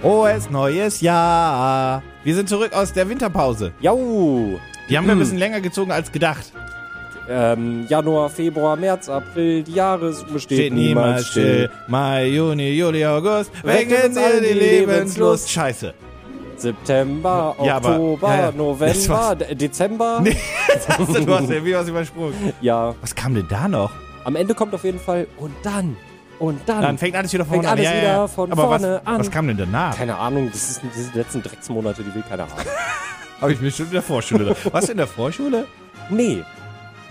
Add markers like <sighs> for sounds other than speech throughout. Frohes neues Jahr. Wir sind zurück aus der Winterpause. Jau! Die haben wir ein Hm. bisschen länger gezogen als gedacht. Ähm, Januar, Februar, März, April, die Jahresuhr steht, niemals still. Mai, Juni, Juli, August. Wecken Wecken Sie Sie die die Lebenslust. Lebenslust. Scheiße. September, Ja, aber- Oktober, ja, ja. Das war's. November, De- Dezember. Nee, das hast du, du hast irgendwie was <laughs> übersprungen. Ja, Was kam denn da noch? am Ende kommt auf jeden Fall und dann und dann. Dann fängt alles wieder von Fängt vorne an. alles Ja, ja, wieder ja. von Aber was, vorne an. was kam denn danach? keine Ahnung, das, ist, das sind die letzten Drecksmonate, die will keiner haben. <laughs> Habe ich mir schon in der Vorschule. da- Warst du in der Vorschule? Nee,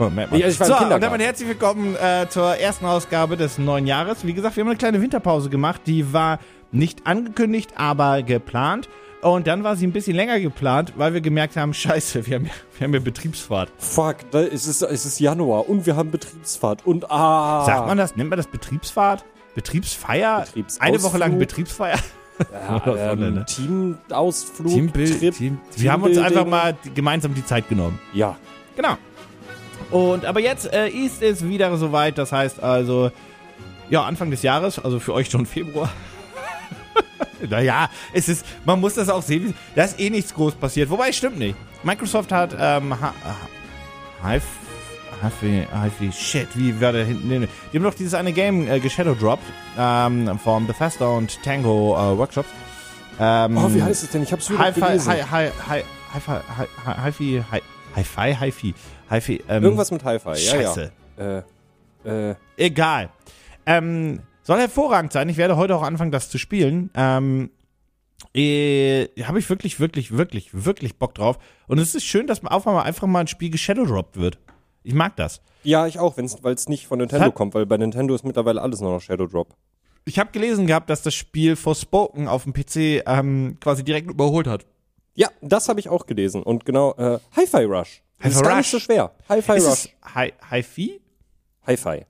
Oh, merkt man. Ja, also ich war so, im und Kindergarten. damit herzlich willkommen äh, zur ersten Ausgabe des neuen Jahres. Wie gesagt, wir haben eine kleine Winterpause gemacht, die war nicht angekündigt, aber geplant. Und dann war sie ein bisschen länger geplant, weil wir gemerkt haben, <laughs> scheiße, wir haben, ja- wir haben ja Betriebsfahrt. fuck, da, es, ist, es ist Januar und wir haben Betriebsfahrt und ah. Sagt man das? Nennt man das Betriebsfahrt? Betriebsfeier? Betriebsausflug? Eine Woche lang Betriebsfeier? <laughs> Ja, ähm, Teamausflug, ne? Teambild- Trip, Team, wir haben uns Teambuilding. einfach mal die- gemeinsam die Zeit genommen. Ja, Genau. Und aber jetzt äh, ist es wieder soweit. Das heißt also, ja, Anfang des Jahres, also für euch schon Februar. <laughs> naja, es ist, man muss das auch sehen, wie- da ist eh nichts groß passiert. Wobei, stimmt nicht. Microsoft hat, ähm, ha, ha, Hive, Hive, Hive, shit, wie war der hinten? Nee, nee. Die haben doch dieses eine Game äh, geshadowdropped, ähm, von Bethesda und Tango äh, Workshops. Ähm, Oh, wie heißt es denn? Ich hab's wieder Hi-Fi, gelesen. Hi-Fi, Hi-Fi, Hi-Fi, Hi- Hi-Fi, Hi-Fi, Hi-Fi, ähm, Irgendwas mit Hi-Fi, ja, Scheiße. ja. Äh, äh, Egal. Ähm, soll hervorragend sein. Ich werde heute auch anfangen, das zu spielen. Ähm, äh, Habe ich wirklich, wirklich, wirklich, wirklich Bock drauf. Und es ist schön, dass man auf einmal einfach mal ein Spiel geshadowdropped wird. Ich mag das. ja, ich auch, weil es nicht von Nintendo Hat- kommt, weil bei Nintendo ist mittlerweile alles nur noch Shadow Drop. Ich habe gelesen gehabt, dass das Spiel Forspoken auf dem PC ähm, quasi direkt überholt hat. Ja, das habe ich auch gelesen. Und genau, äh, Hi-Fi Rush. Das Hi-Fi ist gar Rush. nicht so schwer. Hi-Fi Ist Rush. es Hi- Hi-Fi? Hi-Fi.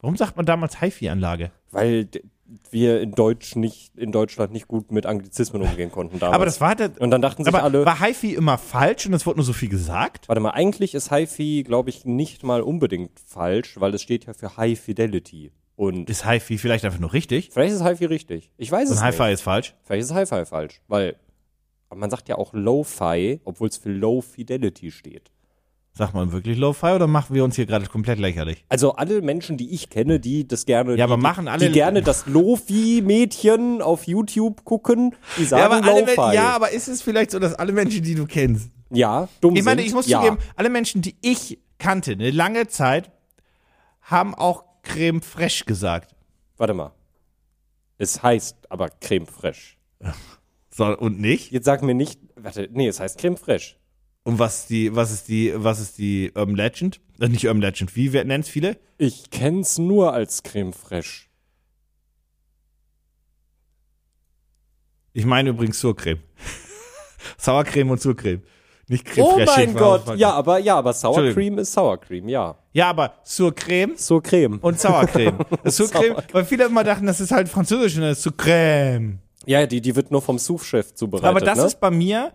Warum sagt man damals Hi-Fi-Anlage? Weil d- wir in Deutsch nicht, in Deutschland nicht gut mit Anglizismen umgehen konnten damals. Aber das war halt, Und dann dachten sich Aber alle, war HiFi immer falsch und es wurde nur so viel gesagt? warte mal, eigentlich ist Hi-Fi, glaube ich, nicht mal unbedingt falsch, weil es steht ja für High Fidelity. Und Ist HiFi vielleicht einfach nur richtig? vielleicht ist Hi-Fi richtig. Ich weiß es Und nicht. HiFi ist falsch? Vielleicht ist Hi-Fi falsch, weil aber man sagt ja auch Lo-Fi, obwohl es für Low Fidelity steht. Sag mal wirklich Lo-Fi oder machen wir uns hier gerade komplett lächerlich? Also alle Menschen, die ich kenne, die das gerne, Ja, aber die, machen alle- die gerne das Lofi-Mädchen auf YouTube gucken, die sagen Lo-Fi. aber ist es vielleicht so, dass alle Menschen, die du kennst? ja, dumm Ich meine, sind. ich muss ja. zugeben, alle Menschen, die ich kannte, eine lange Zeit, haben auch Creme Fraiche gesagt. Warte mal. Es heißt aber Creme Fraiche. So, und nicht? Jetzt sag mir nicht, warte, nee, es heißt Creme Fraiche. Und was die, was ist die, was ist die Urban Legend? Äh, nicht Urban Legend, wie nennen es viele? Ich kenn's nur als Creme Fraiche. Ich meine übrigens Surcreme. <laughs> Sauercreme und Surcreme. Nicht Creme Oh Fraiche, mein war- war- Gott, ja, aber ja, aber Sour Entschuldigung. Cream ist Sour Cream, ja. Ja, aber Surcreme So Creme. und <laughs> Sauercreme. Das Surcreme, weil viele immer dachten, das ist halt französisch und das ist Surcreme. Ja, die, die wird nur vom Souffchef zubereitet. Aber das ne? ist bei mir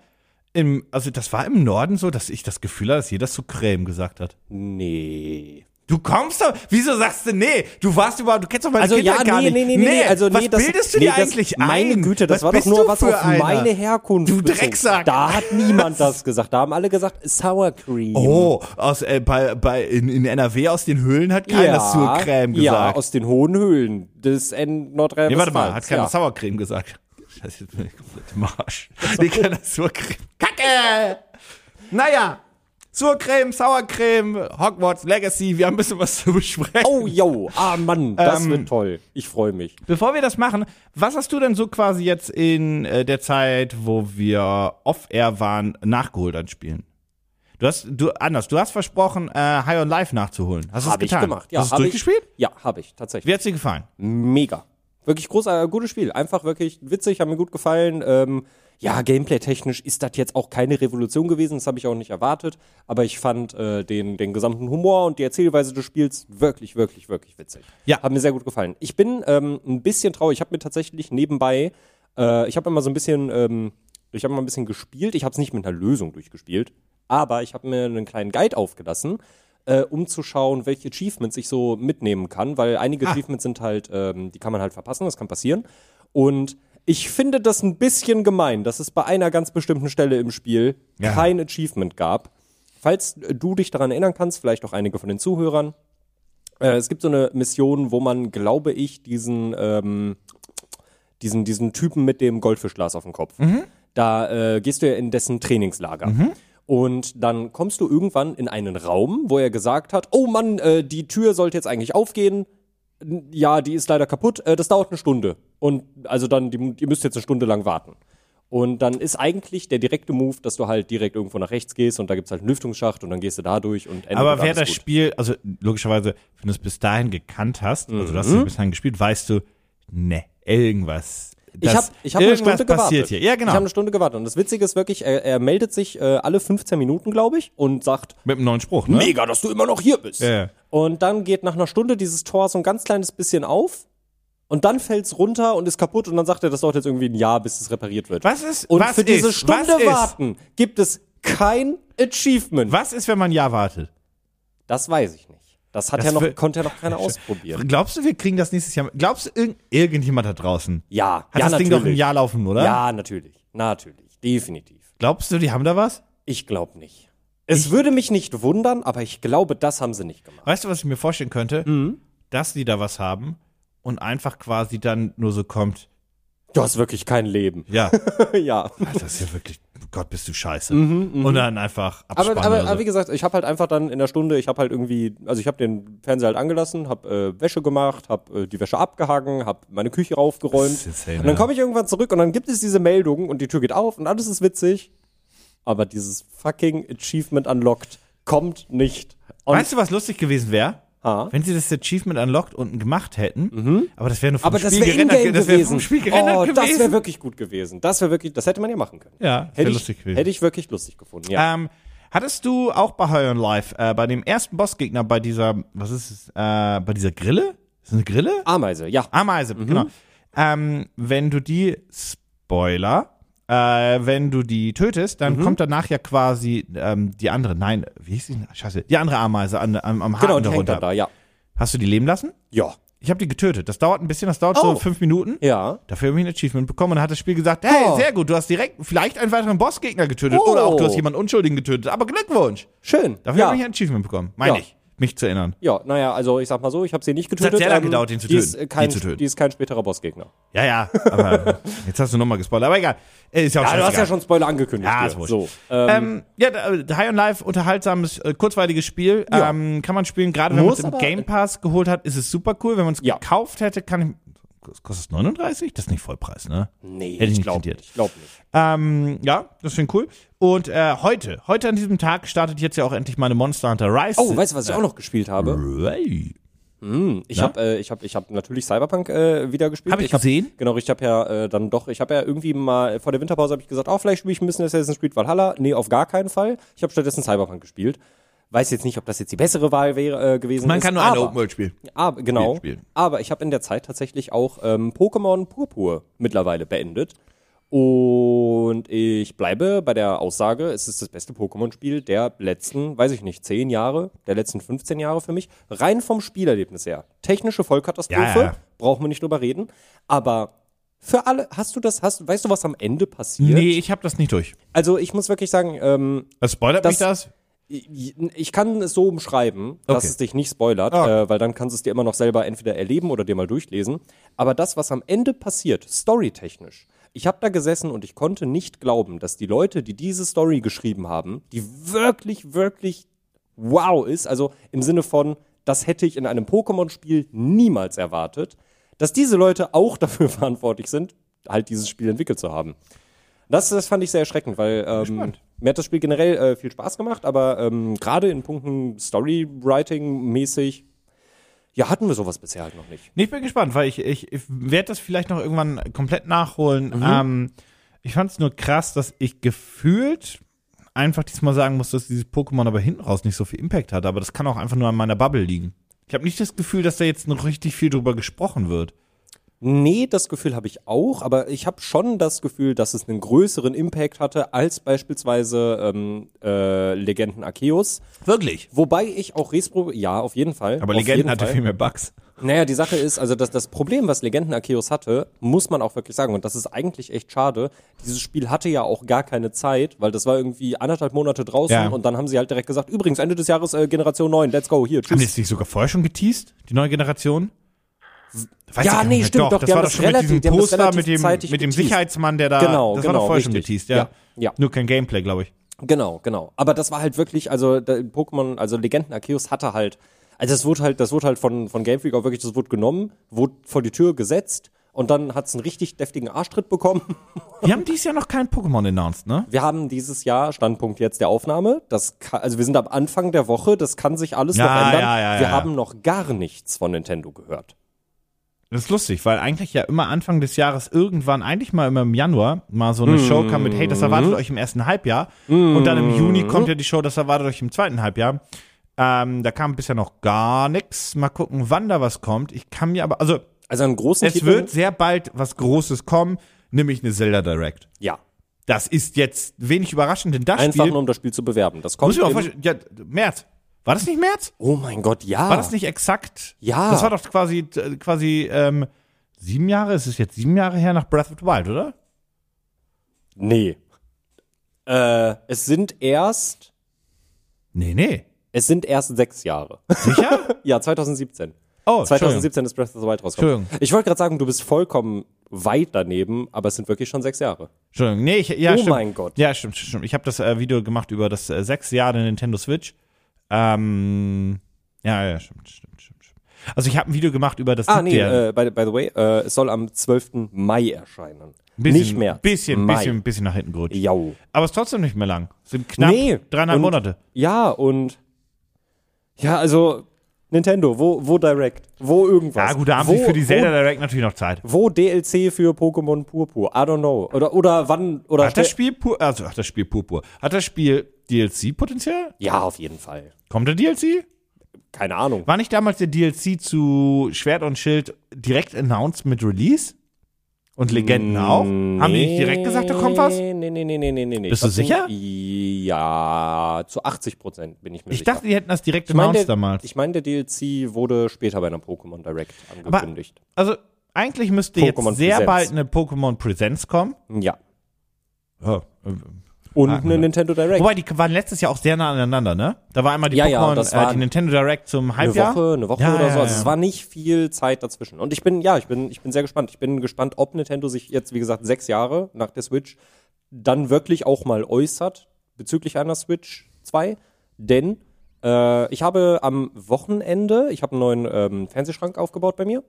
im, also das war im Norden so, dass ich das Gefühl hatte, dass jeder Surcreme gesagt hat. Nee. Du kommst doch, wieso sagst du nee? Du warst überhaupt, du kennst doch meine Also Kinder ja, halt gar nee, nicht. nee, nee, nee, nee, also nee, was das, bildest du nee, dir das, eigentlich Meine ein? Güte, das was war doch bist nur du was für auf einer? meine Herkunft. Du bezogen. Drecksack. <laughs> Da hat niemand das gesagt. Da haben alle gesagt, Sour Cream. Oh, aus, äh, bei, bei, in, in NRW aus den Höhlen hat keiner Surcreme gesagt. Ja, aus den hohen Höhlen des N Nee, Nordrhein-Westfalen. warte mal, hat keiner ja. Sauercreme gesagt. <laughs> Scheiße, jetzt bin ich komplett im Arsch. Nee, keiner Sauercreme. Kacke! Naja, Sauercreme, Sauercreme, Hogwarts Legacy, wir haben ein bisschen was zu besprechen. Oh, yo, ah Mann, das Ähm, wird toll. Ich freue mich. Bevor wir das machen, was hast du denn so quasi jetzt in äh, der Zeit, wo wir off-air waren, nachgeholt an Spielen? Du hast, du, anders, du hast versprochen, äh, High on Life nachzuholen. Hast du es Habe ich getan? gemacht. Ja, hast du hab es durchgespielt? Ich, ja, habe ich, tatsächlich. Wie hat's dir gefallen? mega. Wirklich groß, äh, gutes Spiel. Einfach wirklich witzig, hat mir gut gefallen. Ähm, ja, gameplay-technisch ist das jetzt auch keine Revolution gewesen, das habe ich auch nicht erwartet. Aber ich fand äh, den, den gesamten Humor und die Erzählweise des Spiels wirklich, wirklich, wirklich witzig. Ja. Hat mir sehr gut gefallen. Ich bin ähm, ein bisschen traurig. Ich habe mir tatsächlich nebenbei, äh, ich habe immer so ein bisschen, ähm, ich habe mal ein bisschen gespielt. Ich habe es nicht mit einer Lösung durchgespielt, aber ich habe mir einen kleinen Guide aufgelassen, äh, um zu schauen, welche Achievements ich so mitnehmen kann, weil einige Achievements sind halt, ähm, die kann man halt verpassen, das kann passieren. Und Ich finde das ein bisschen gemein, dass es bei einer ganz bestimmten Stelle im Spiel Ja. kein Achievement gab. Falls du dich daran erinnern kannst, vielleicht auch einige von den Zuhörern, äh, es gibt so eine Mission, wo man, glaube ich, diesen, ähm, diesen, diesen Typen mit dem Goldfischglas auf dem Kopf, Mhm. da äh, gehst du ja in dessen Trainingslager. Und dann kommst du irgendwann in einen Raum, wo er gesagt hat, oh Mann, äh, die Tür sollte jetzt eigentlich aufgehen. N- Ja, die ist leider kaputt. Äh, das dauert eine Stunde. Und also dann, die, ihr müsst jetzt eine Stunde lang warten. Und dann ist eigentlich der direkte Move, dass du halt direkt irgendwo nach rechts gehst und da gibt's halt einen Lüftungsschacht und dann gehst du da durch und Ende und Aber wer alles das gut. Spiel, also logischerweise, wenn du es bis dahin gekannt hast, also du hast Mhm. es bis dahin gespielt, weißt du, ne, irgendwas. Ich habe das- ich hab eine irgendwas Stunde gewartet. passiert hier. Ja, Ich habe genau. eine Stunde gewartet. Und das Witzige ist wirklich, er, er meldet sich äh, alle 15 Minuten, glaube ich, und sagt, Mit einem neuen Spruch, ne? mega, dass du immer noch hier bist. Ja, ja. Und dann geht nach einer Stunde dieses Tor so ein ganz kleines bisschen auf und dann fällt's runter und ist kaputt und dann sagt er, das dauert jetzt irgendwie ein Jahr, bis es repariert wird. Was ist- Und was für diese ist- Stunde was ist? warten gibt es kein Achievement. Was ist, wenn man ein Jahr wartet? Das weiß ich nicht. Das hat Das ja noch, wird- konnte ja noch keiner ausprobieren. Glaubst du, wir kriegen das nächstes Jahr? Glaubst du, irgend, irgendjemand da draußen Ja, hat ja, das natürlich. Ding doch ein Jahr laufen, oder? Ja, natürlich. Natürlich. Definitiv. Glaubst du, die haben da was? Ich glaube nicht. Es würde mich nicht wundern, aber ich glaube, das haben sie nicht gemacht. Weißt du, was ich mir vorstellen könnte? Mhm. Dass die da was haben und einfach quasi dann nur so kommt, Du hast wirklich kein Leben. ja, <laughs> ja. das ist ja wirklich, Gott, bist du scheiße. und dann einfach abspannen Mhm, Aber, aber, oder so. aber wie gesagt, ich habe halt einfach dann in der Stunde, ich habe halt irgendwie, also ich habe den Fernseher halt angelassen, habe äh, Wäsche gemacht, habe äh, die Wäsche abgehangen, habe meine Küche Das raufgeräumt. ist insane, und dann ja. komme ich irgendwann zurück und dann gibt es diese Meldung und die Tür geht auf und alles ist witzig. Aber dieses fucking Achievement unlocked kommt nicht. Und, Ah. Weißt du, was lustig gewesen wäre? Ha? Wenn sie das Achievement Unlocked unten gemacht hätten, aber das wäre nur vom Mhm. aber Spiel das wäre gerendert, in-game das wäre gewesen. vom Spiel gerendert oh, das wäre gewesen. wirklich gut gewesen. Das wäre wirklich, das hätte man ja machen können. Ja, das wär hätte ich, lustig gewesen. hätte ich wirklich lustig gefunden. Ja. ähm, hattest du auch bei High on Life, äh, bei dem ersten Bossgegner, bei dieser, was ist es, äh, bei dieser Grille? Ist das eine Grille? Ameise, ja. Ameise, Mhm. genau. Ähm, wenn du die, Spoiler, äh, wenn du die tötest, dann Mhm. kommt danach ja quasi ähm, die andere, nein, wie hieß die? Scheiße, die andere Ameise an, am, am Haken Genau, die hängt darunter. dann da, ja. Hast du die leben lassen? Ja. Ich habe die getötet. Das dauert ein bisschen, das dauert so Oh. fünf Minuten. Ja. Dafür habe ich ein Achievement bekommen und dann hat das Spiel gesagt, hey, Oh. sehr gut, du hast direkt vielleicht einen weiteren Bossgegner getötet Oh. oder auch du hast jemanden Unschuldigen getötet, aber Glückwunsch. Schön. Dafür ja. habe ich ein Achievement bekommen, meine Ja. ich, mich zu erinnern. Ja, naja, also ich sag mal so, ich habe sie nicht getötet. hat sehr lange gedauert, den zu die töten, Ist, äh, kein, die zu töten. Ah, Die ist kein späterer Bossgegner. Ja, ja, <laughs> aber jetzt hast du nochmal gespoilert, aber egal. Äh, Ist ja auch Ja, Also, du hast scheißegal. ja schon Spoiler angekündigt. Ja, hier. ist wurscht. so. Ähm, Ähm, ja, da- High on Life, unterhaltsames, äh, kurzweiliges Spiel. Ja. Ähm, kann man spielen, gerade wenn man Muss es im aber- Game Pass geholt hat, ist es super cool. Wenn man es Ja. gekauft hätte, kann ich. Kostet 39? Das ist nicht Vollpreis, ne? nee, hätte ich ich nicht glaube tendiert. nicht. Ich glaub nicht. Ähm, ja, das finde ich cool. Und äh, heute, heute an diesem Tag startet jetzt ja auch endlich meine Monster Hunter Rise. Oh, weißt du, äh. was ich auch noch gespielt habe? Ray. Ich habe äh, ich hab, ich hab natürlich Cyberpunk äh, wieder gespielt. Hab ich hab, gesehen. Genau, ich habe ja äh, dann doch, ich habe ja irgendwie mal vor der Winterpause habe ich gesagt, oh, vielleicht spiele ich ein bisschen Assassin's Creed Valhalla. Nee, auf gar keinen Fall. Ich habe stattdessen Cyberpunk gespielt. Weiß jetzt nicht, ob das jetzt die bessere Wahl wäre äh, gewesen Man ist. kann nur eine aber- Open World spielen. Aber, genau. Spiel spielen. Aber ich habe in der Zeit tatsächlich auch ähm, Pokémon Purpur mittlerweile beendet. Und ich bleibe bei der Aussage, es ist das beste Pokémon-Spiel der letzten, weiß ich nicht, 10 Jahre, der letzten 15 Jahre für mich. Rein vom Spielerlebnis her. Technische Vollkatastrophe, Ja, ja. brauchen wir nicht drüber reden. Aber für alle, hast du das, hast, weißt du, was am Ende passiert? Nee, ich habe das nicht durch. Also ich muss wirklich sagen, ähm, Das spoilert Das- mich das? ich ich kann es so umschreiben, dass Okay. es dich nicht spoilert, Ah. äh, weil dann kannst du es dir immer noch selber entweder erleben oder dir mal durchlesen. Aber das, was am Ende passiert, storytechnisch, ich habe da gesessen und ich konnte nicht glauben, dass die Leute, die diese Story geschrieben haben, die wirklich, wirklich wow ist, also im Sinne von, das hätte ich in einem Pokémon-Spiel niemals erwartet, dass diese Leute auch <laughs> dafür verantwortlich sind, halt dieses Spiel entwickelt zu haben. Das, das fand ich sehr erschreckend, weil ähm, mir hat das Spiel generell äh, viel Spaß gemacht, aber ähm, gerade in Punkten Storywriting-mäßig, ja, hatten wir sowas bisher halt noch nicht. Nee, ich bin gespannt, weil ich, ich, ich werde das vielleicht noch irgendwann komplett nachholen. Mhm. Ähm, ich fand es nur krass, dass ich gefühlt einfach diesmal sagen muss, dass dieses Pokémon aber hinten raus nicht so viel Impact hat. Aber das kann auch einfach nur an meiner Bubble liegen. Ich habe nicht das Gefühl, dass da jetzt noch richtig viel drüber gesprochen wird. Nee, das Gefühl habe ich auch, aber ich habe schon das Gefühl, dass es einen größeren Impact hatte als beispielsweise ähm, äh, Legenden Arceus. Wirklich? Wobei ich auch Respro, ja, auf jeden Fall. Aber auf Legenden jeden hatte Fall. viel mehr Bugs. Naja, die Sache ist, also das, das Problem, was Legenden Arceus hatte, muss man auch wirklich sagen, und das ist eigentlich echt schade, dieses Spiel hatte ja auch gar keine Zeit, weil das war irgendwie anderthalb Monate draußen Ja. und dann haben sie halt direkt gesagt, übrigens, Ende des Jahres äh, Generation 9, let's go, hier, Haben tschüss. die es nicht sogar vorher schon geteased, die neue Generation? Weiß ich Ja, gar nicht nee, mehr. stimmt, doch, das die war haben doch das schon mit diesem relativ- die haben das Poster, relativ mit dem, zeitig mit dem geteased. Sicherheitsmann, der da, Genau, das war genau, doch vorher schon richtig. geteased, ja. Ja, ja. Nur kein Gameplay, glaube ich. Genau, genau. Aber das war halt wirklich, also da- Pokémon, also Legenden Arceus hatte halt, also das wurde halt, das wurde halt von, von Game Freak auch wirklich, das wurde genommen, wurde vor die Tür gesetzt und dann hat's einen richtig deftigen Arschtritt bekommen. Wir haben dieses Jahr noch kein Pokémon announced, ne? Wir haben dieses Jahr Standpunkt jetzt der Aufnahme. Das kann, also wir sind am Anfang der Woche, das kann sich alles Ja, noch ändern. ja, ja, wir ja. haben noch gar nichts von Nintendo gehört. Das ist lustig, weil eigentlich ja immer Anfang des Jahres irgendwann, eigentlich mal immer im Januar, mal so eine Mhm. Show kam mit, hey, das erwartet euch im ersten Halbjahr. Und dann im Juni kommt ja die Show, das erwartet euch im zweiten Halbjahr. Ähm, da kam bisher noch gar nichts. Mal gucken, wann da was kommt. Ich kann mir aber, also Also einen großen es Titel. wird sehr bald was Großes kommen, nämlich eine Zelda Direct. ja, Das ist jetzt wenig überraschend, denn das einfach Spiel, nur um das Spiel zu bewerben. Das kommt muss ich mir auch im- vorstellen, ja, März. War das nicht März? Oh mein Gott, ja. War das nicht exakt? Ja. Das war doch quasi, äh, quasi ähm, sieben Jahre, ist es jetzt sieben Jahre her nach Breath of the Wild, oder? Nee. Äh, es sind erst Nee, nee. Es sind erst sechs Jahre. <laughs> Sicher? ja, 2017. Oh, 2017 ist Breath of the Wild rausgekommen. Entschuldigung. Ich wollte gerade sagen, du bist vollkommen weit daneben, aber es sind wirklich schon sechs Jahre. Entschuldigung. Nee, ich, ja, Oh stimmt. mein Gott. Ja, stimmt, stimmt, stimmt. Ich habe das äh, Video gemacht über das äh, sechs Jahre Nintendo Switch. Ähm, ja, ja, stimmt, stimmt, stimmt. stimmt. Also ich habe ein Video gemacht über das Ah, nee, siebte- äh, by, by the way, äh, es soll am 12. Mai erscheinen. bisschen, Nicht mehr. Bisschen, Mai. bisschen, bisschen nach hinten gerutscht. Jau. Aber es ist trotzdem nicht mehr lang. Es sind knapp Nee. dreieinhalb Und- Monate. Ja, und. Ja, also, Nintendo, wo, wo Direct? Wo irgendwas? Ja, gut, da haben wo, sie für die Zelda Direct natürlich noch Zeit. Wo, wo DLC für Pokémon Purpur? I don't know. Oder, oder wann? Oder Hat das Spiel pur, also hat das Spiel purpur. Hat das Spiel DLC-Potenzial? ja, auf jeden Fall. Kommt der DLC? Keine Ahnung. War nicht damals der DLC zu Schwert und Schild direkt announced mit Release? Und Mm, Legenden auch? Haben die nicht direkt gesagt, da kommt was? Nee, nee, nee, nee, nee, nee. nee. Bist du Das sind- sicher? Ja, zu 80 Prozent bin ich mir Ich sicher. dachte, die hätten das direkt ich meine, announced der, damals. ich mein, der DLC wurde später bei einer Pokémon Direct angekündigt. Also, eigentlich müsste Pokémon jetzt sehr Präsenz. bald eine Pokémon Presents kommen. ja. Ja. Und Haken eine wir. Nintendo Direct. Wobei, die waren letztes Jahr auch sehr nah aneinander, ne? Da war einmal die Ja, ja, Pokémon, das war- äh, die Nintendo Direct zum Eine Halbjahr. Woche, eine Woche Ja, oder ja, so. Also ja. es war nicht viel Zeit dazwischen. Und ich bin, ja, ich bin, ich bin sehr gespannt. Ich bin gespannt, ob Nintendo sich jetzt, wie gesagt, sechs Jahre nach der Switch dann wirklich auch mal äußert bezüglich einer Switch 2. Denn äh, ich habe am Wochenende, ich habe einen neuen ähm, Fernsehschrank aufgebaut bei mir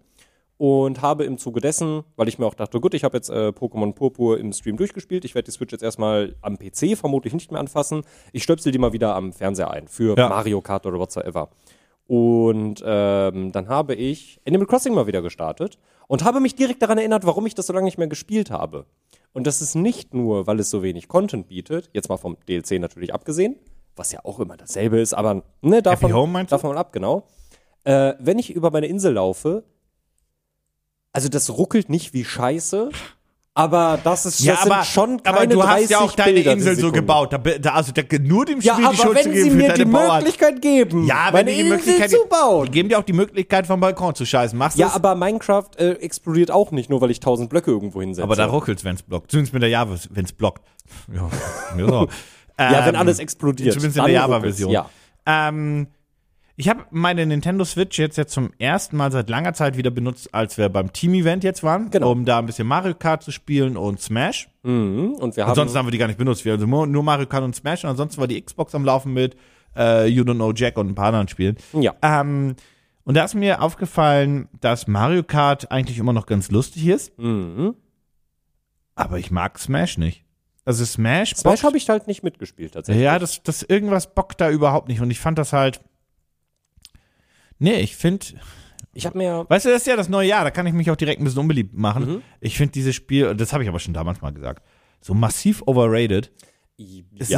und habe im Zuge dessen, weil ich mir auch dachte, gut, ich habe jetzt äh, Pokémon Purpur im Stream durchgespielt, ich werde die Switch jetzt erstmal am PC vermutlich nicht mehr anfassen. Ich stöpsel die mal wieder am Fernseher ein für Ja. Mario Kart oder whatsoever. Und ähm, dann habe ich Animal Crossing mal wieder gestartet und habe mich direkt daran erinnert, warum ich das so lange nicht mehr gespielt habe. Und das ist nicht nur, weil es so wenig Content bietet, jetzt mal vom DLC natürlich abgesehen, was ja auch immer dasselbe ist, aber ne, davon, Home, meinst du? davon mal ab, genau. Äh, wenn ich über meine Insel laufe, also das ruckelt nicht wie Scheiße, aber das ist das sind schon keine aber du 30 hast ja auch deine Bilder die Insel so Sekunde. gebaut. Da, be- da, also da, nur dem Spiel Ja, die aber Schuld zu wenn geben sie für mir deine die Bauart. Möglichkeit geben, Ja, wenn meine die die Insel Möglichkeit zu bauen. Die geben dir auch die Möglichkeit, vom Balkon zu scheißen. Machst Ja, du's? aber Minecraft äh, explodiert auch nicht, nur weil ich tausend Blöcke irgendwo hinsetze. aber da ruckelt's, wenn's blockt. Zumindest mit der Java, wenn's blockt. <laughs> Ja, mir so. ja, wenn Ähm, alles explodiert. Zumindest in dann der ruckelt's. Java-Version. Ja. Ähm, ich habe meine Nintendo Switch jetzt ja zum ersten Mal seit langer Zeit wieder benutzt, als wir beim Team-Event jetzt waren, Genau. um da ein bisschen Mario Kart zu spielen und Smash. Mhm. Und wir haben Ansonsten haben wir die gar nicht benutzt. Wir haben nur nur Mario Kart und Smash und ansonsten war die Xbox am Laufen mit äh, You Don't Know Jack und ein paar anderen Spielen. ja. Ähm, und da ist mir aufgefallen, dass Mario Kart eigentlich immer noch ganz lustig ist, Mhm. aber ich mag Smash nicht. Also Smash, Smash habe ich halt nicht mitgespielt tatsächlich. ja, das, das irgendwas bockt da überhaupt nicht und ich fand das halt. Nee, ich finde, ich habe mir weißt du, das ist ja das neue Jahr, da kann ich mich auch direkt ein bisschen unbeliebt machen. Mhm. Ich finde dieses Spiel, und das habe ich aber schon damals mal gesagt, so massiv overrated. Das Äh, ja, ist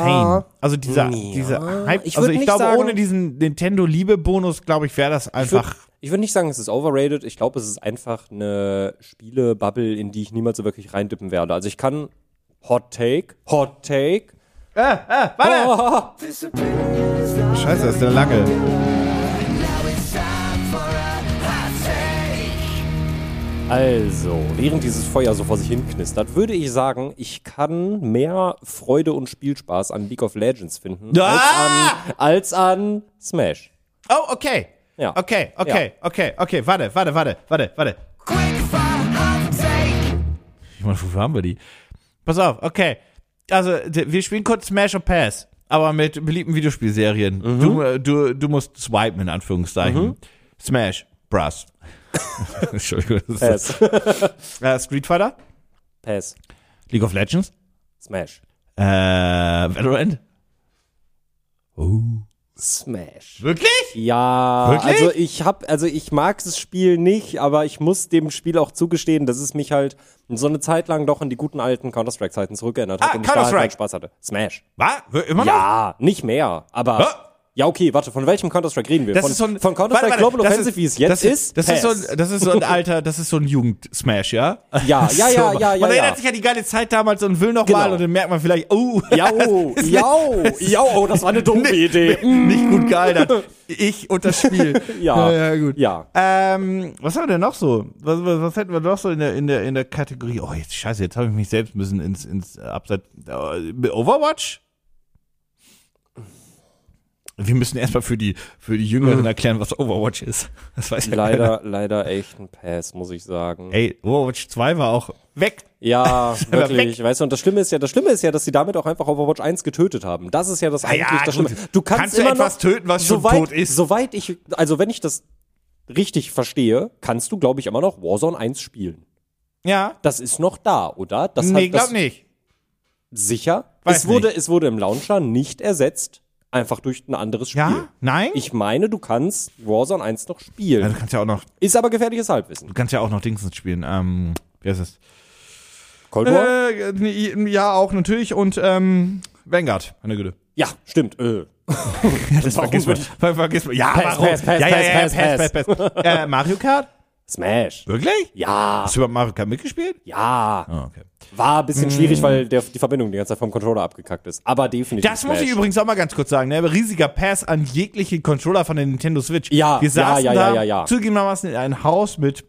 insane. Also dieser, Ja. dieser Hype. Ich würd also ich nicht glaube, sagen- ohne diesen Nintendo-Liebe-Bonus, glaube ich, wäre das Ich würd- einfach. Ich würde nicht sagen, es ist overrated. Ich glaube, es ist einfach eine Spiele-Bubble, in die ich niemals so wirklich reindippen werde. Also ich kann Hot Take, Hot Take. Ah, Scheiße, das ist der lange. Now it's time for a hot <laughs> Also, während dieses Feuer so vor sich hin knistert, würde ich sagen, ich kann mehr Freude und Spielspaß an League of Legends finden Ah! als, an, als an Smash. Oh, okay. Ja. Okay, okay, okay, okay. Warte, warte, warte, warte, warte. Ich meine, wofür haben wir die? Pass auf, okay. Also, d- wir spielen kurz Smash und Pass, aber mit beliebten Videospielserien. Mhm. Du, äh, du, du musst swipen, in Anführungszeichen. Smash, <laughs> Brass. Entschuldigung. das ist- Pass. Äh, Street Fighter, <laughs> Pass. League of Legends, Smash. äh, Valorant. Smash. Wirklich? Ja, Wirklich? also ich hab, also ich mag das Spiel nicht, aber ich muss dem Spiel auch zugestehen, dass es mich halt so eine Zeit lang doch an die guten alten Counter-Strike-Zeiten zurückerinnert hat Ah, und ich da halt meinen Counter-Strike. Spaß hatte. Smash. Was? Immer noch? Ja, nicht mehr, aber. Hä? Ja, okay, warte, von welchem Counter-Strike reden wir? Das von ist so ein, von Counter-Strike warte, warte, Global das Offensive, wie es das jetzt ist? Das ist, so Pass. ein, das ist so ein alter, das ist so ein Jugend-Smash, ja? <laughs> Ja, ja, ja, so. ja, ja, Man ja. erinnert sich an die geile Zeit damals und will noch Genau. mal und dann merkt man vielleicht, oh, Jau, <laughs> das ist jau, jau, oh, das war eine dumme Idee. nicht gut gealtert. Ich und das Spiel. <laughs> Ja, ja, gut. ja. Ähm, was haben wir denn noch so? Was, was, was hätten wir noch so in der, in der, in der Kategorie? Oh, jetzt, scheiße, jetzt habe ich mich selbst ein bisschen ins, ins äh, Abseits. Äh, Overwatch? Wir müssen erstmal für die, für die Jüngeren erklären, was Overwatch ist. Das weiß ja keiner. Mhm. Leider, leider echt ein Pass, muss ich sagen. Ey, Overwatch 2 war auch weg. <laughs> Ja, aber wirklich. Weißt du, und das Schlimme ist ja, das Schlimme ist ja, dass sie damit auch einfach Overwatch 1 getötet haben. Das ist ja das eigentlich ja, das Schlimme. gut. Du kannst, Kannst du immer etwas noch, töten, was schon soweit, tot ist? Soweit ich, also wenn ich das richtig verstehe, kannst du, glaube ich, immer noch Warzone 1 spielen. Ja. Das ist noch da, oder? Das Nee, das- glaub nicht. Sicher? Weiß es wurde, es wurde im Launcher nicht ersetzt, einfach durch ein anderes Spiel. Ja? Nein? Also- Ich meine, du kannst Warzone 1 noch Ja, spielen. du kannst ja auch noch, du Ist aber gefährliches Halbwissen. kannst ja auch noch Dingsens spielen. Ähm, wie heißt das? Cold War? Äh, n- ja, auch natürlich. Und ähm, Vanguard, meine Güte. Ja, stimmt. Äh. Das Warum vergiss man. würde ich- Ver vergiss man. Ja, Pass, warum? pass, pass, ja, ja, pass, ja, pass, pass, pass, pass. äh, Mario Kart? Smash. Wirklich? Ja, Hast du überhaupt Mario Kart mitgespielt? ja. Äh. Ah, okay. War ein bisschen Mm. schwierig, weil der, die Verbindung die ganze Zeit vom Controller abgekackt ist. Aber definitiv. Das muss Smash. ich übrigens auch mal ganz kurz sagen. Ne? Riesiger Pass an jegliche Controller von der Nintendo Switch. Ja, Wir ja, saßen ja, ja, da ja, ja. zugegebenermaßen in einem Haus mit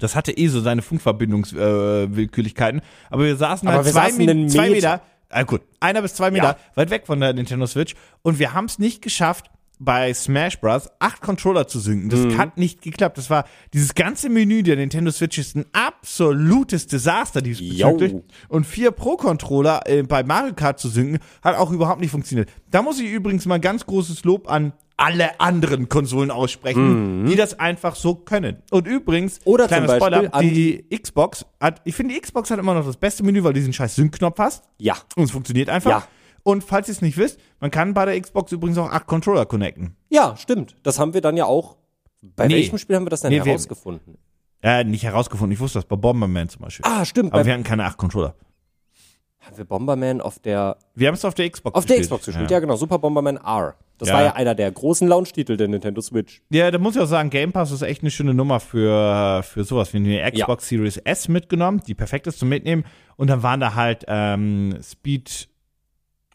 das hatte eh so seine Funkverbindungswillkürlichkeiten. Äh, Willkürlichkeiten. aber wir saßen Aber halt wir zwei, saßen Mi- einen zwei Meter. Meter, äh, gut, einer bis zwei Meter Ja. weit weg von der Nintendo Switch und wir haben es nicht geschafft, bei Smash Bros. acht Controller zu synken. Das Mhm. hat nicht geklappt. Das war dieses ganze Menü der Nintendo Switch ist ein absolutes Desaster diesbezüglich. Jau. Und vier Pro-Controller äh, bei Mario Kart zu synken, hat auch überhaupt nicht funktioniert. Da muss ich übrigens mal ganz großes Lob an alle anderen Konsolen aussprechen, die das einfach so können. Und übrigens, Mhm. Oder kleiner zum Beispiel Spoiler, an die Xbox hat, ich finde, die Xbox hat immer noch das beste Menü, weil du diesen scheiß Sync-Knopf hast. Ja. Und es funktioniert einfach. Ja. Und falls ihr es nicht wisst, man kann bei der Xbox übrigens auch acht Controller connecten. Ja, stimmt. Das haben wir dann ja auch. Bei Nee. welchem Spiel haben wir das denn Nee, wir- herausgefunden? Äh, nicht herausgefunden, ich wusste das, bei Bomberman zum Beispiel. Ah, stimmt. Aber bei, wir hatten keine acht Controller. haben wir Bomberman auf der Wir haben es auf der Xbox Auf der gespielt. Xbox gespielt, ja. genau. Super Bomberman R. Das Ja. war ja einer der großen Launch-Titel der Nintendo Switch. Ja, da muss ich auch sagen, Game Pass ist echt eine schöne Nummer für, für sowas. Wir haben die Xbox Series S mitgenommen, die perfekt ist zum Mitnehmen. Und dann waren da halt ähm, Speed,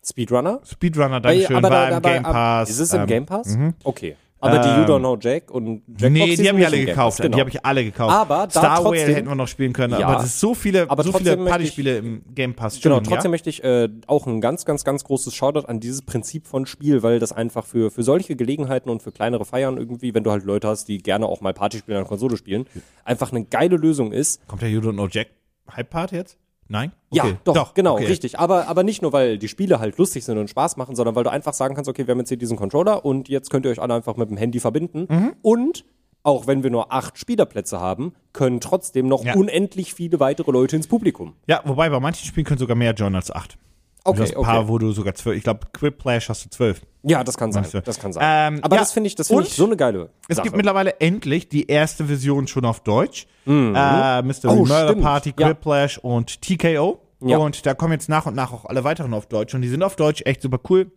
Speedrunner? Äh, Speedrunner, Dankeschön, aber war da- im aber- Game aber- Pass. Ist es im ähm, Game Pass? Okay. Aber die You Don't Know Jack und Jackbox Nee, sind die haben nicht ich alle im Game gekauft. Pass, Genau. Die habe ich alle gekauft. Aber da Star Whale trotzdem- hätten wir noch spielen können, Ja. aber das ist so viele, Aber so viele trotzdem möchte ich- Partyspiele im Game Pass. Genau, Entschuldigung, trotzdem möchte ich äh, auch ein ganz, ganz, ganz großes Shoutout an dieses Prinzip von Spiel, weil das einfach für, für solche Gelegenheiten und für kleinere Feiern irgendwie, wenn du halt Leute hast, die gerne auch mal Partyspiele an der Konsole spielen, einfach eine geile Lösung ist, Ja? Kommt der You Don't Know Jack Hype Part jetzt? Nein? Ja, Okay. doch, genau, okay. richtig. Aber, aber nicht nur, weil die Spiele halt lustig sind und Spaß machen, sondern weil du einfach sagen kannst, okay, wir haben jetzt hier diesen Controller und jetzt könnt ihr euch alle einfach mit dem Handy verbinden. Mhm. Und auch wenn wir nur acht Spielerplätze haben, können trotzdem noch Ja. unendlich viele weitere Leute ins Publikum. Ja, wobei bei manchen Spielen können sogar mehr joinen als acht. Okay, du hast ein okay. paar, wo du sogar zwölf, ich glaube, Quiplash hast du zwölf. Ja, das kann sein. Weißt du. Das kann sein. Ähm, aber ja, das finde ich, das finde und ich so eine geile. Es Sache. gibt mittlerweile endlich die erste Version schon auf Deutsch. Äh, Mystery Oh, Murder stimmt. Party, Ja. Griplash und TKO. Ja. Und da kommen jetzt nach und nach auch alle weiteren auf Deutsch. Und die sind auf Deutsch echt super cool.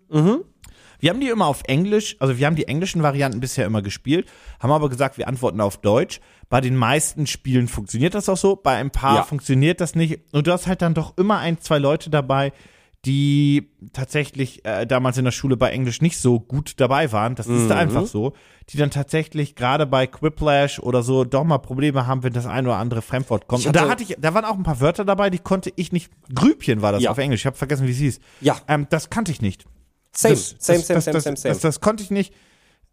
Wir haben die immer auf Englisch, also wir haben die englischen Varianten bisher immer gespielt, haben aber gesagt, wir antworten auf Deutsch. Bei den meisten Spielen funktioniert das auch so, bei ein paar Ja. funktioniert das nicht. Und du hast halt dann doch immer ein, zwei Leute dabei, die tatsächlich äh, damals in der Schule bei Englisch nicht so gut dabei waren, das ist Mhm. da einfach so, die dann tatsächlich gerade bei Quiplash oder so doch mal Probleme haben, wenn das ein oder andere Fremdwort kommt. Ich Und da hatte- hatte ich, da waren auch ein paar Wörter dabei, die konnte ich nicht. Grübchen war das Ja. auf Englisch, ich habe vergessen, wie es hieß. Ja. Ähm, das kannte ich nicht. Same, das, same, das, same, das, same, das, same, Das, das konnte ich nicht.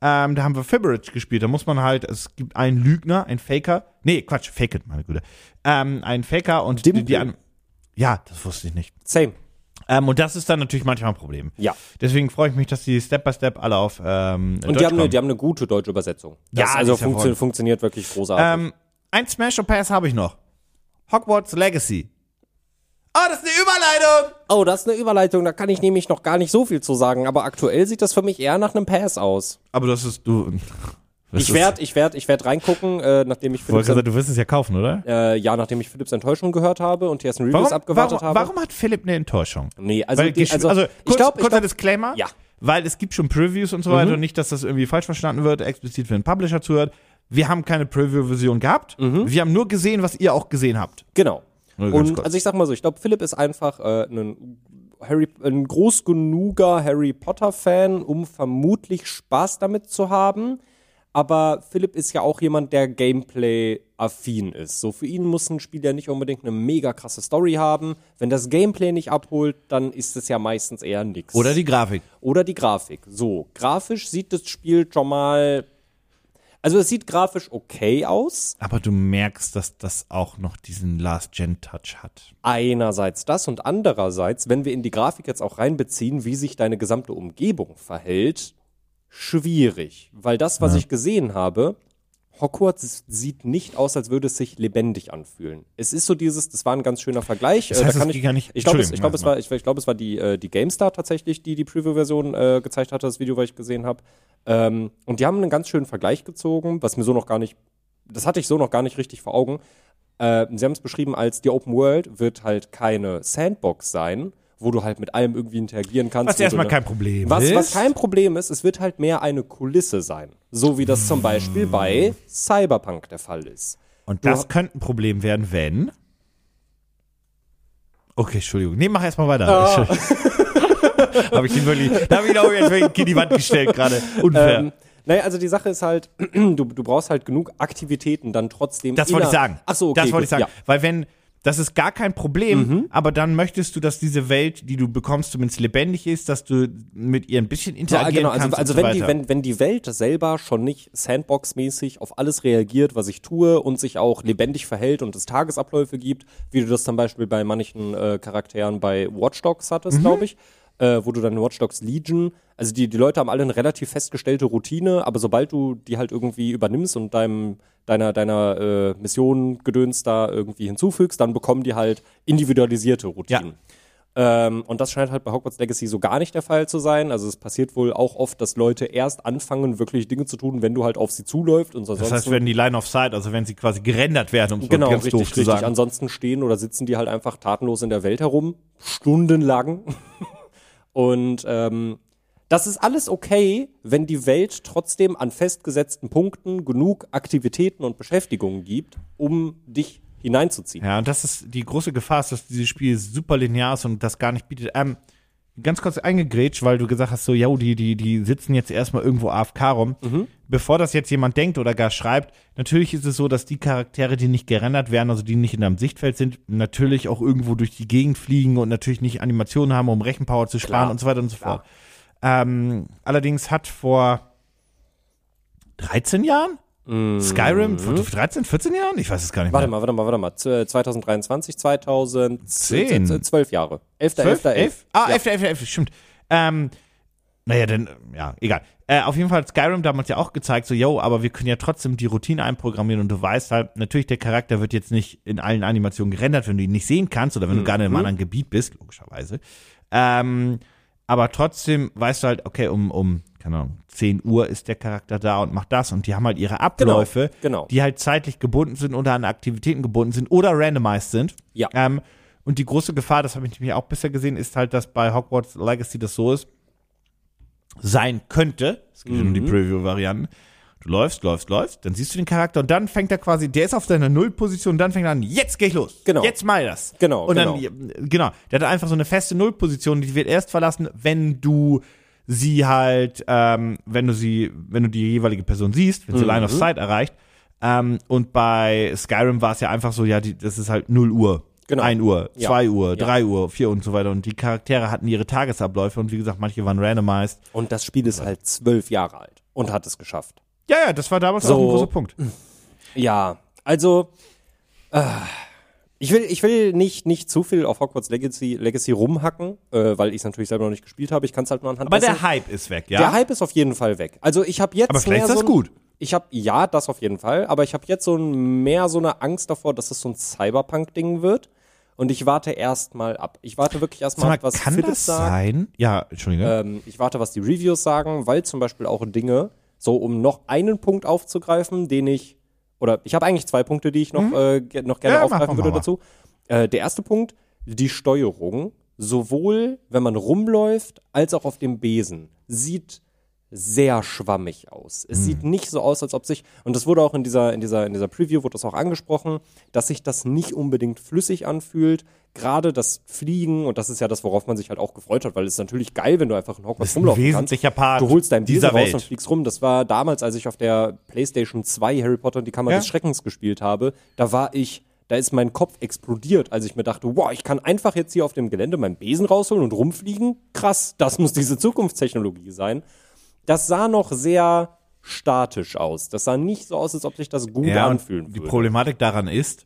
Ähm, da haben wir Fibberidge gespielt. Da muss man halt, es gibt einen Lügner, einen Faker. Nee, Quatsch, Faket, meine Güte. Ähm, einen Faker und die, die Dimple. an. Ja, das wusste ich nicht. same. Ähm, und das ist dann natürlich manchmal ein Problem. Ja. Deswegen freue ich mich, dass die Step by Step alle auf ähm, Und Deutsch die haben, eine, kommen. die haben eine gute deutsche Übersetzung. Ja, Das die also ist ja funktio voll. funktioniert wirklich großartig. ähm, ein Smash or Pass habe ich noch. Hogwarts Legacy. Oh, das ist eine Überleitung! Oh, das ist eine Überleitung, da kann ich nämlich noch gar nicht so viel zu sagen, aber aktuell sieht das für mich eher nach einem Pass aus. Aber das ist du. <laughs> Das Ich werd, ich werd, ich werd reingucken, äh, nachdem ich Philipps, Wollte gesagt, du wirst es ja kaufen, oder? äh, ja, nachdem ich Philipps Enttäuschung gehört habe und die ersten Reviews Warum, abgewartet warum, habe. warum hat Philipp eine Enttäuschung? Nee, also, weil die, die, also, ich kurz, glaube, ich kurzer glaub, Disclaimer. Ja. Mhm. Weil es gibt schon Previews und so weiter und nicht, dass das irgendwie falsch verstanden wird, explizit für den Publisher zuhört. Wir haben keine Preview-Version gehabt. Mhm. Wir haben nur gesehen, was ihr auch gesehen habt. genau. Nur ganz Und kurz. also ich sag mal so, ich glaube, Philipp ist einfach äh, ein, Harry, ein groß genuger Harry Potter-Fan, um vermutlich Spaß damit zu haben. Aber Philipp ist ja auch jemand, der Gameplay-affin ist. So für ihn muss ein Spiel ja nicht unbedingt eine mega krasse Story haben. Wenn das Gameplay nicht abholt, dann ist es ja meistens eher nix. die Grafik. Oder die Grafik. So, grafisch sieht das Spiel schon mal. Also es sieht grafisch okay aus. Aber du merkst, dass das auch noch diesen Last-Gen-Touch hat. Einerseits das und andererseits, wenn wir in die Grafik jetzt auch reinbeziehen, wie sich deine gesamte Umgebung verhält, schwierig. Weil das, was ich gesehen habe, Hogwarts sieht nicht aus, als würde es sich lebendig anfühlen. Es ist so dieses, das war ein ganz schöner Vergleich. Äh, Das heißt, es da kann ging gar nicht- ich glaube, es, ich Entschuldigung, glaube, es mach war, ich, ich glaube, es war die, äh, die GameStar tatsächlich, die die Preview-Version äh, gezeigt hatte, das Video, was ich gesehen habe. Ähm, und die haben einen ganz schönen Vergleich gezogen, was mir so noch gar nicht, das hatte ich so noch gar nicht richtig vor Augen. Äh, sie haben es beschrieben als die Open World wird halt keine Sandbox sein, wo du halt mit allem irgendwie interagieren kannst. Was wo du erstmal ne- kein Problem was, ist. was kein Problem ist, es wird halt mehr eine Kulisse sein. So wie das zum Beispiel bei Cyberpunk der Fall ist. und Du- das könnte ein Problem werden, wenn. Okay, Entschuldigung. Nee, mach erstmal weiter. Ah. <laughs> habe ich ihn wirklich. Da habe ich ihn auch jetzt wirklich in die Wand gestellt gerade. <laughs> Unfair. Ähm, naja, also die Sache ist halt, <clears throat> du, du brauchst halt genug Aktivitäten dann trotzdem. Das wollte ich inner- sagen. Ach so, okay, Das wollte ich gut, sagen. Ja. Mhm. Weil wenn, das ist gar kein Problem, aber dann möchtest du, dass diese Welt, die du bekommst, zumindest lebendig ist, dass du mit ihr ein bisschen Ja, interagieren genau, also, kannst. also und so wenn, die, weiter. wenn, wenn die Welt selber schon nicht Sandbox-mäßig auf alles reagiert, was ich tue und sich auch lebendig verhält und es Tagesabläufe gibt, wie du das zum Beispiel bei manchen äh, Charakteren bei Watch Dogs Mhm. hattest, glaube ich, äh, wo du dann Watch Dogs Legion, also die, die Leute haben alle eine relativ festgestellte Routine, aber sobald du die halt irgendwie übernimmst und deinem deiner deiner äh, Mission gedöns da irgendwie hinzufügst, dann bekommen die halt individualisierte Routinen. Ja. Ähm, und das scheint halt bei Hogwarts Legacy so gar nicht der Fall zu sein. Also es passiert wohl auch oft, dass Leute erst anfangen, wirklich Dinge zu tun, wenn du halt auf sie zuläufst und ansonsten das heißt, wenn die Line of Sight, also wenn sie quasi gerendert werden, um es mal genau ganz richtig, doof zu richtig. sagen. Ansonsten stehen oder sitzen die halt einfach tatenlos in der Welt herum, stundenlang. <laughs> und ähm, das ist alles okay, wenn die Welt trotzdem an festgesetzten Punkten genug Aktivitäten und Beschäftigungen gibt, um dich hineinzuziehen. Ja, und das ist die große Gefahr, ist, dass dieses Spiel super linear ist und das gar nicht bietet. Ähm, ganz kurz eingegrätscht, weil du gesagt hast, so, ja, die, die, die sitzen jetzt erstmal irgendwo AFK rum. Bevor das jetzt jemand denkt oder gar schreibt, natürlich ist es so, dass die Charaktere, die nicht gerendert werden, also die nicht in deinem Sichtfeld sind, natürlich auch irgendwo durch die Gegend fliegen und natürlich nicht Animationen haben, um Rechenpower zu sparen Klar. und so weiter und so fort. Ähm, allerdings hat vor 13 Jahren? Skyrim? Vor 13, 14 Jahren? Ich weiß es gar nicht Warte mehr. mal, warte mal, warte mal. Z- äh, 2023, 2010, Zehn. 12 Jahre. 11. 12, 11. 11? Ah, 11, 11, 11, stimmt. Ähm, naja, dann, ja, egal. Äh, auf jeden Fall hat Skyrim damals ja auch gezeigt, so, yo, aber wir können ja trotzdem die Routine einprogrammieren und du weißt halt, natürlich, der Charakter wird jetzt nicht in allen Animationen gerendert, wenn du ihn nicht sehen kannst oder wenn du gerade in einem anderen Gebiet bist, logischerweise. Ähm, aber trotzdem weißt du halt, okay, um, um, keine Ahnung, 10 Uhr ist der Charakter da und macht das und die haben halt ihre Abläufe, genau. die halt zeitlich gebunden sind oder an Aktivitäten gebunden sind oder randomized sind. Ja. Ähm, und die große Gefahr, das habe ich nämlich auch bisher gesehen, ist halt, dass bei Hogwarts Mhm. Legacy das so ist, sein könnte, es geht ja um die Preview-Varianten, Du läufst, läufst, läufst, dann siehst du den Charakter und dann fängt er quasi, der ist auf seiner Nullposition, dann fängt er an, jetzt geh ich los. Genau. Jetzt mach ich das. Genau, Und dann, genau. genau, der hat einfach so eine feste Nullposition, die wird erst verlassen, wenn du sie halt, ähm, wenn du sie, wenn du die jeweilige Person siehst, wenn sie Line of Mhm. Sight erreicht. Ähm, und bei Skyrim war es ja einfach so, ja, die, das ist halt 0 Uhr. Genau. 1 Uhr, Ja. 2 Uhr, Ja. 3 Uhr, 4 und so weiter. Und die Charaktere hatten ihre Tagesabläufe und wie gesagt, manche waren randomized. Und das Spiel ist halt zwölf Jahre alt und hat es geschafft. Ja, ja, das war damals So. Mhm. auch ein großer Punkt. Ja, also äh, ich will, ich will nicht, nicht zu viel auf Hogwarts Legacy, Legacy rumhacken, äh, weil ich es natürlich selber noch nicht gespielt habe. Ich kann es halt nur anhand Aber dessen. der Hype ist weg, ja? Der Hype ist auf jeden Fall weg. Also ich habe jetzt Aber vielleicht mehr ist das so ein, gut. Ich habe ja das auf jeden Fall, aber ich habe jetzt so ein, mehr so eine Angst davor, dass es so ein Cyberpunk-Ding wird. Und ich warte erstmal ab. Ich warte wirklich Sag erstmal mal, ab, was kann Philipp das sagt. sein? Ja, Entschuldige. Ähm, ich warte, was die Reviews sagen, weil zum Beispiel auch Dinge, so um noch einen Punkt aufzugreifen, den ich, oder ich habe eigentlich zwei Punkte, die ich noch, äh, ge noch gerne Mhm. Ja, mach, aufgreifen mach, würde mach, mach. dazu. Äh, der erste Punkt, die Steuerung, sowohl wenn man rumläuft, als auch auf dem Besen, sieht sehr schwammig aus. Hm. Es sieht nicht so aus, als ob sich, und das wurde auch in dieser, in dieser, in dieser Preview, wurde das auch angesprochen, dass sich das nicht unbedingt flüssig anfühlt. Gerade das Fliegen, und das ist ja das, worauf man sich halt auch gefreut hat, weil es ist natürlich geil, wenn du einfach in Hogwarts ist ein rumlaufen wesentlicher kannst. Part du holst dein Besen dieser raus Welt. und fliegst rum. Das war damals, als ich auf der Playstation 2 Harry Potter und die Kammer Ja. des Schreckens gespielt habe, da war ich, da ist mein Kopf explodiert, als ich mir dachte, wow, ich kann einfach jetzt hier auf dem Gelände meinen Besen rausholen und rumfliegen. Krass, das muss diese Zukunftstechnologie sein das sah noch sehr statisch aus. Das sah nicht so aus, als ob sich das gut ja, und anfühlen die würde. Problematik daran ist,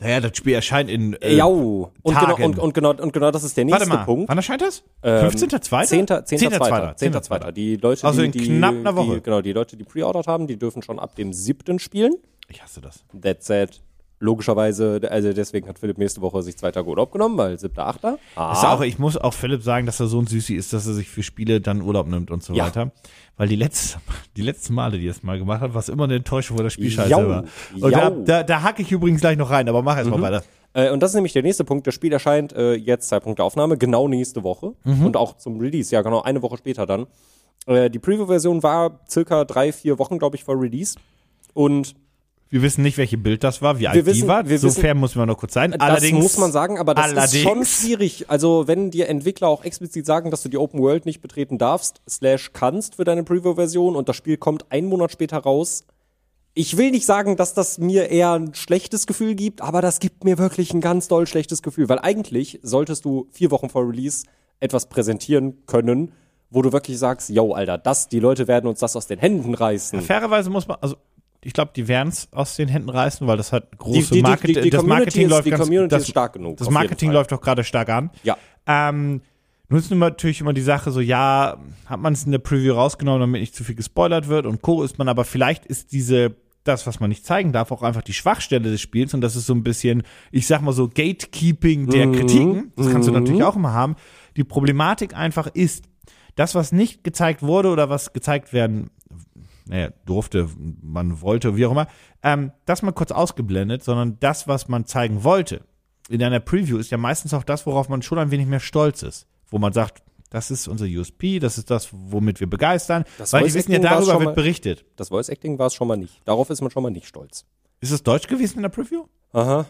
naja, das Spiel erscheint in. Äh, ja, und genau, Tagen. und, und, genau, und genau das ist der nächste warte mal, Punkt. Ähm, wann erscheint das? 15.2.? 10.2. 10.2. 10.2. 10.2. Die Leute, Also die, in die, knapp einer Woche. Die, genau, die Leute, die pre-ordered haben, die dürfen schon ab dem 7. spielen. Ich hasse das. That's it. Logischerweise, also deswegen hat Philipp nächste Woche sich zwei Tage Urlaub genommen, weil 7.8. Ah, Ist auch, ich muss auch Philipp sagen, dass er so ein Süßi ist, dass er sich für Spiele dann Urlaub nimmt und so Ja. weiter. Weil die, letzte, die letzten Male, die er es mal gemacht hat, war es immer eine Enttäuschung, wo das Spiel scheiße Jau, war. Und da, jau. da, da hacke ich übrigens gleich noch rein, aber mach erst mal weiter. Äh, und das ist nämlich der nächste Punkt. Das Spiel erscheint äh, jetzt Zeitpunkt der Aufnahme, genau nächste Woche. Und auch zum Release, ja genau, eine Woche später dann. Äh, die Preview-Version war circa drei, vier Wochen, glaube ich, vor Release. Und Wir wissen nicht, welche Bild das war, wie alt die wissen- war. wir wissen- Sofern muss man noch kurz sein. allerdings das muss man sagen, aber das ist schon allerdings- schwierig. Also wenn dir Entwickler auch explizit sagen, dass du die Open World nicht betreten darfst, slash kannst für deine Preview-Version und das Spiel kommt einen Monat später raus. Ich will nicht sagen, dass das mir eher ein schlechtes Gefühl gibt, aber das gibt mir wirklich ein ganz doll schlechtes Gefühl, weil eigentlich solltest du vier Wochen vor Release etwas präsentieren können, wo du wirklich sagst, yo, Alter, das, die Leute werden uns das aus den Händen reißen. Fairerweise muss man, also ich glaube, die werden es aus den Händen reißen, weil das hat Die- große die- die- Marketing. die- die das Community Marketing ist- läuft die ganz, Community das, ist stark genug, Das auf jeden Marketing Fall. läuft auch gerade stark an. Ja. Ähm, nun ist immer- natürlich immer die Sache so, ja, hat man es in der Preview rausgenommen, damit nicht zu viel gespoilert wird und Co. ist man, aber vielleicht ist diese, das, was man nicht zeigen darf, auch einfach die Schwachstelle des Spiels und das ist so ein bisschen, ich sag mal so, Gatekeeping der Kritiken. Das kannst du natürlich auch immer haben. Die Problematik einfach ist, das, was nicht gezeigt wurde oder was gezeigt werden naja, durfte, man wollte, wie auch immer, ähm, das mal kurz ausgeblendet, sondern das, was man zeigen wollte in einer Preview, ist ja meistens auch das, worauf man schon ein wenig mehr stolz ist. Wo man sagt, das ist unser USP, das ist das, womit wir begeistern. Das weil die Voice wissen ja, Acting war's darüber schon wird mal. berichtet. Das Voice-Acting war es schon mal nicht. Darauf ist man schon mal nicht stolz. Ist es deutsch gewesen in der Preview? Aha.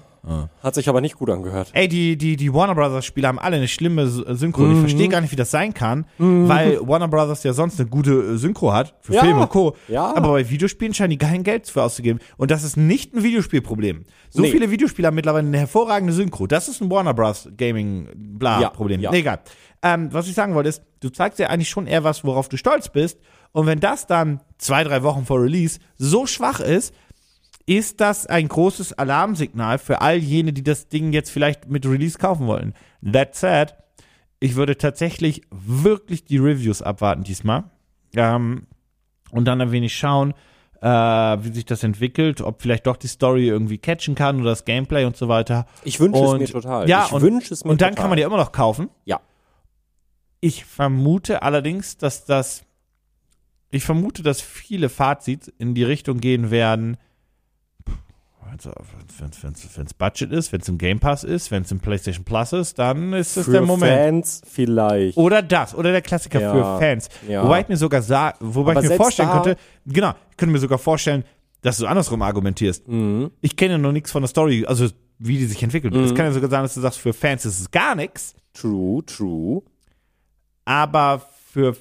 Hat sich aber nicht gut angehört. Ey, die, die, die Warner Brothers Spiele haben alle eine schlimme S- äh, Synchro. Ich verstehe Mhm. gar nicht, wie das sein kann, weil Warner Brothers ja sonst eine gute äh, Synchro hat für Ja. Filme und Co. Ja. Aber bei Videospielen scheinen die kein Geld für auszugeben. Und das ist nicht ein Videospielproblem. So Nee. viele Videospiele haben mittlerweile eine hervorragende Synchro. Das ist ein Warner Bros. Gaming bla Ja, Problem. ja. Nee, egal. Ähm, was ich sagen wollte ist, du zeigst ja eigentlich schon eher was, worauf du stolz bist. Und wenn das dann zwei, drei Wochen vor Release so schwach ist, ist das ein großes Alarmsignal für all jene, die das Ding jetzt vielleicht mit Release kaufen wollen. That said, ich würde tatsächlich wirklich die Reviews abwarten diesmal. Ähm, und dann ein wenig schauen, äh, wie sich das entwickelt, ob vielleicht doch die Story irgendwie catchen kann oder das Gameplay und so weiter. Ich wünsche es Und- mir total. Ja, ich und- wünsche es mir Und dann total. kann man die immer noch kaufen. Ja. Ich vermute allerdings, dass das. Ich vermute, dass viele Fazits in die Richtung gehen werden. pff, Wenn es Budget ist, wenn es im Game Pass ist, wenn es im PlayStation Plus ist, dann ist es Für der Moment. Fans vielleicht. Oder das, oder der Klassiker Ja, für Fans. ja. Wobei ich mir sogar sa wobei Aber ich mir selbst vorstellen da- könnte, genau, ich könnte mir sogar vorstellen, dass du andersrum argumentierst. Mhm. Ich kenne noch nichts von der Story, also wie die sich entwickelt. Es kann ja sogar sein, dass du sagst, für Fans ist es gar nichts, True, true. aber für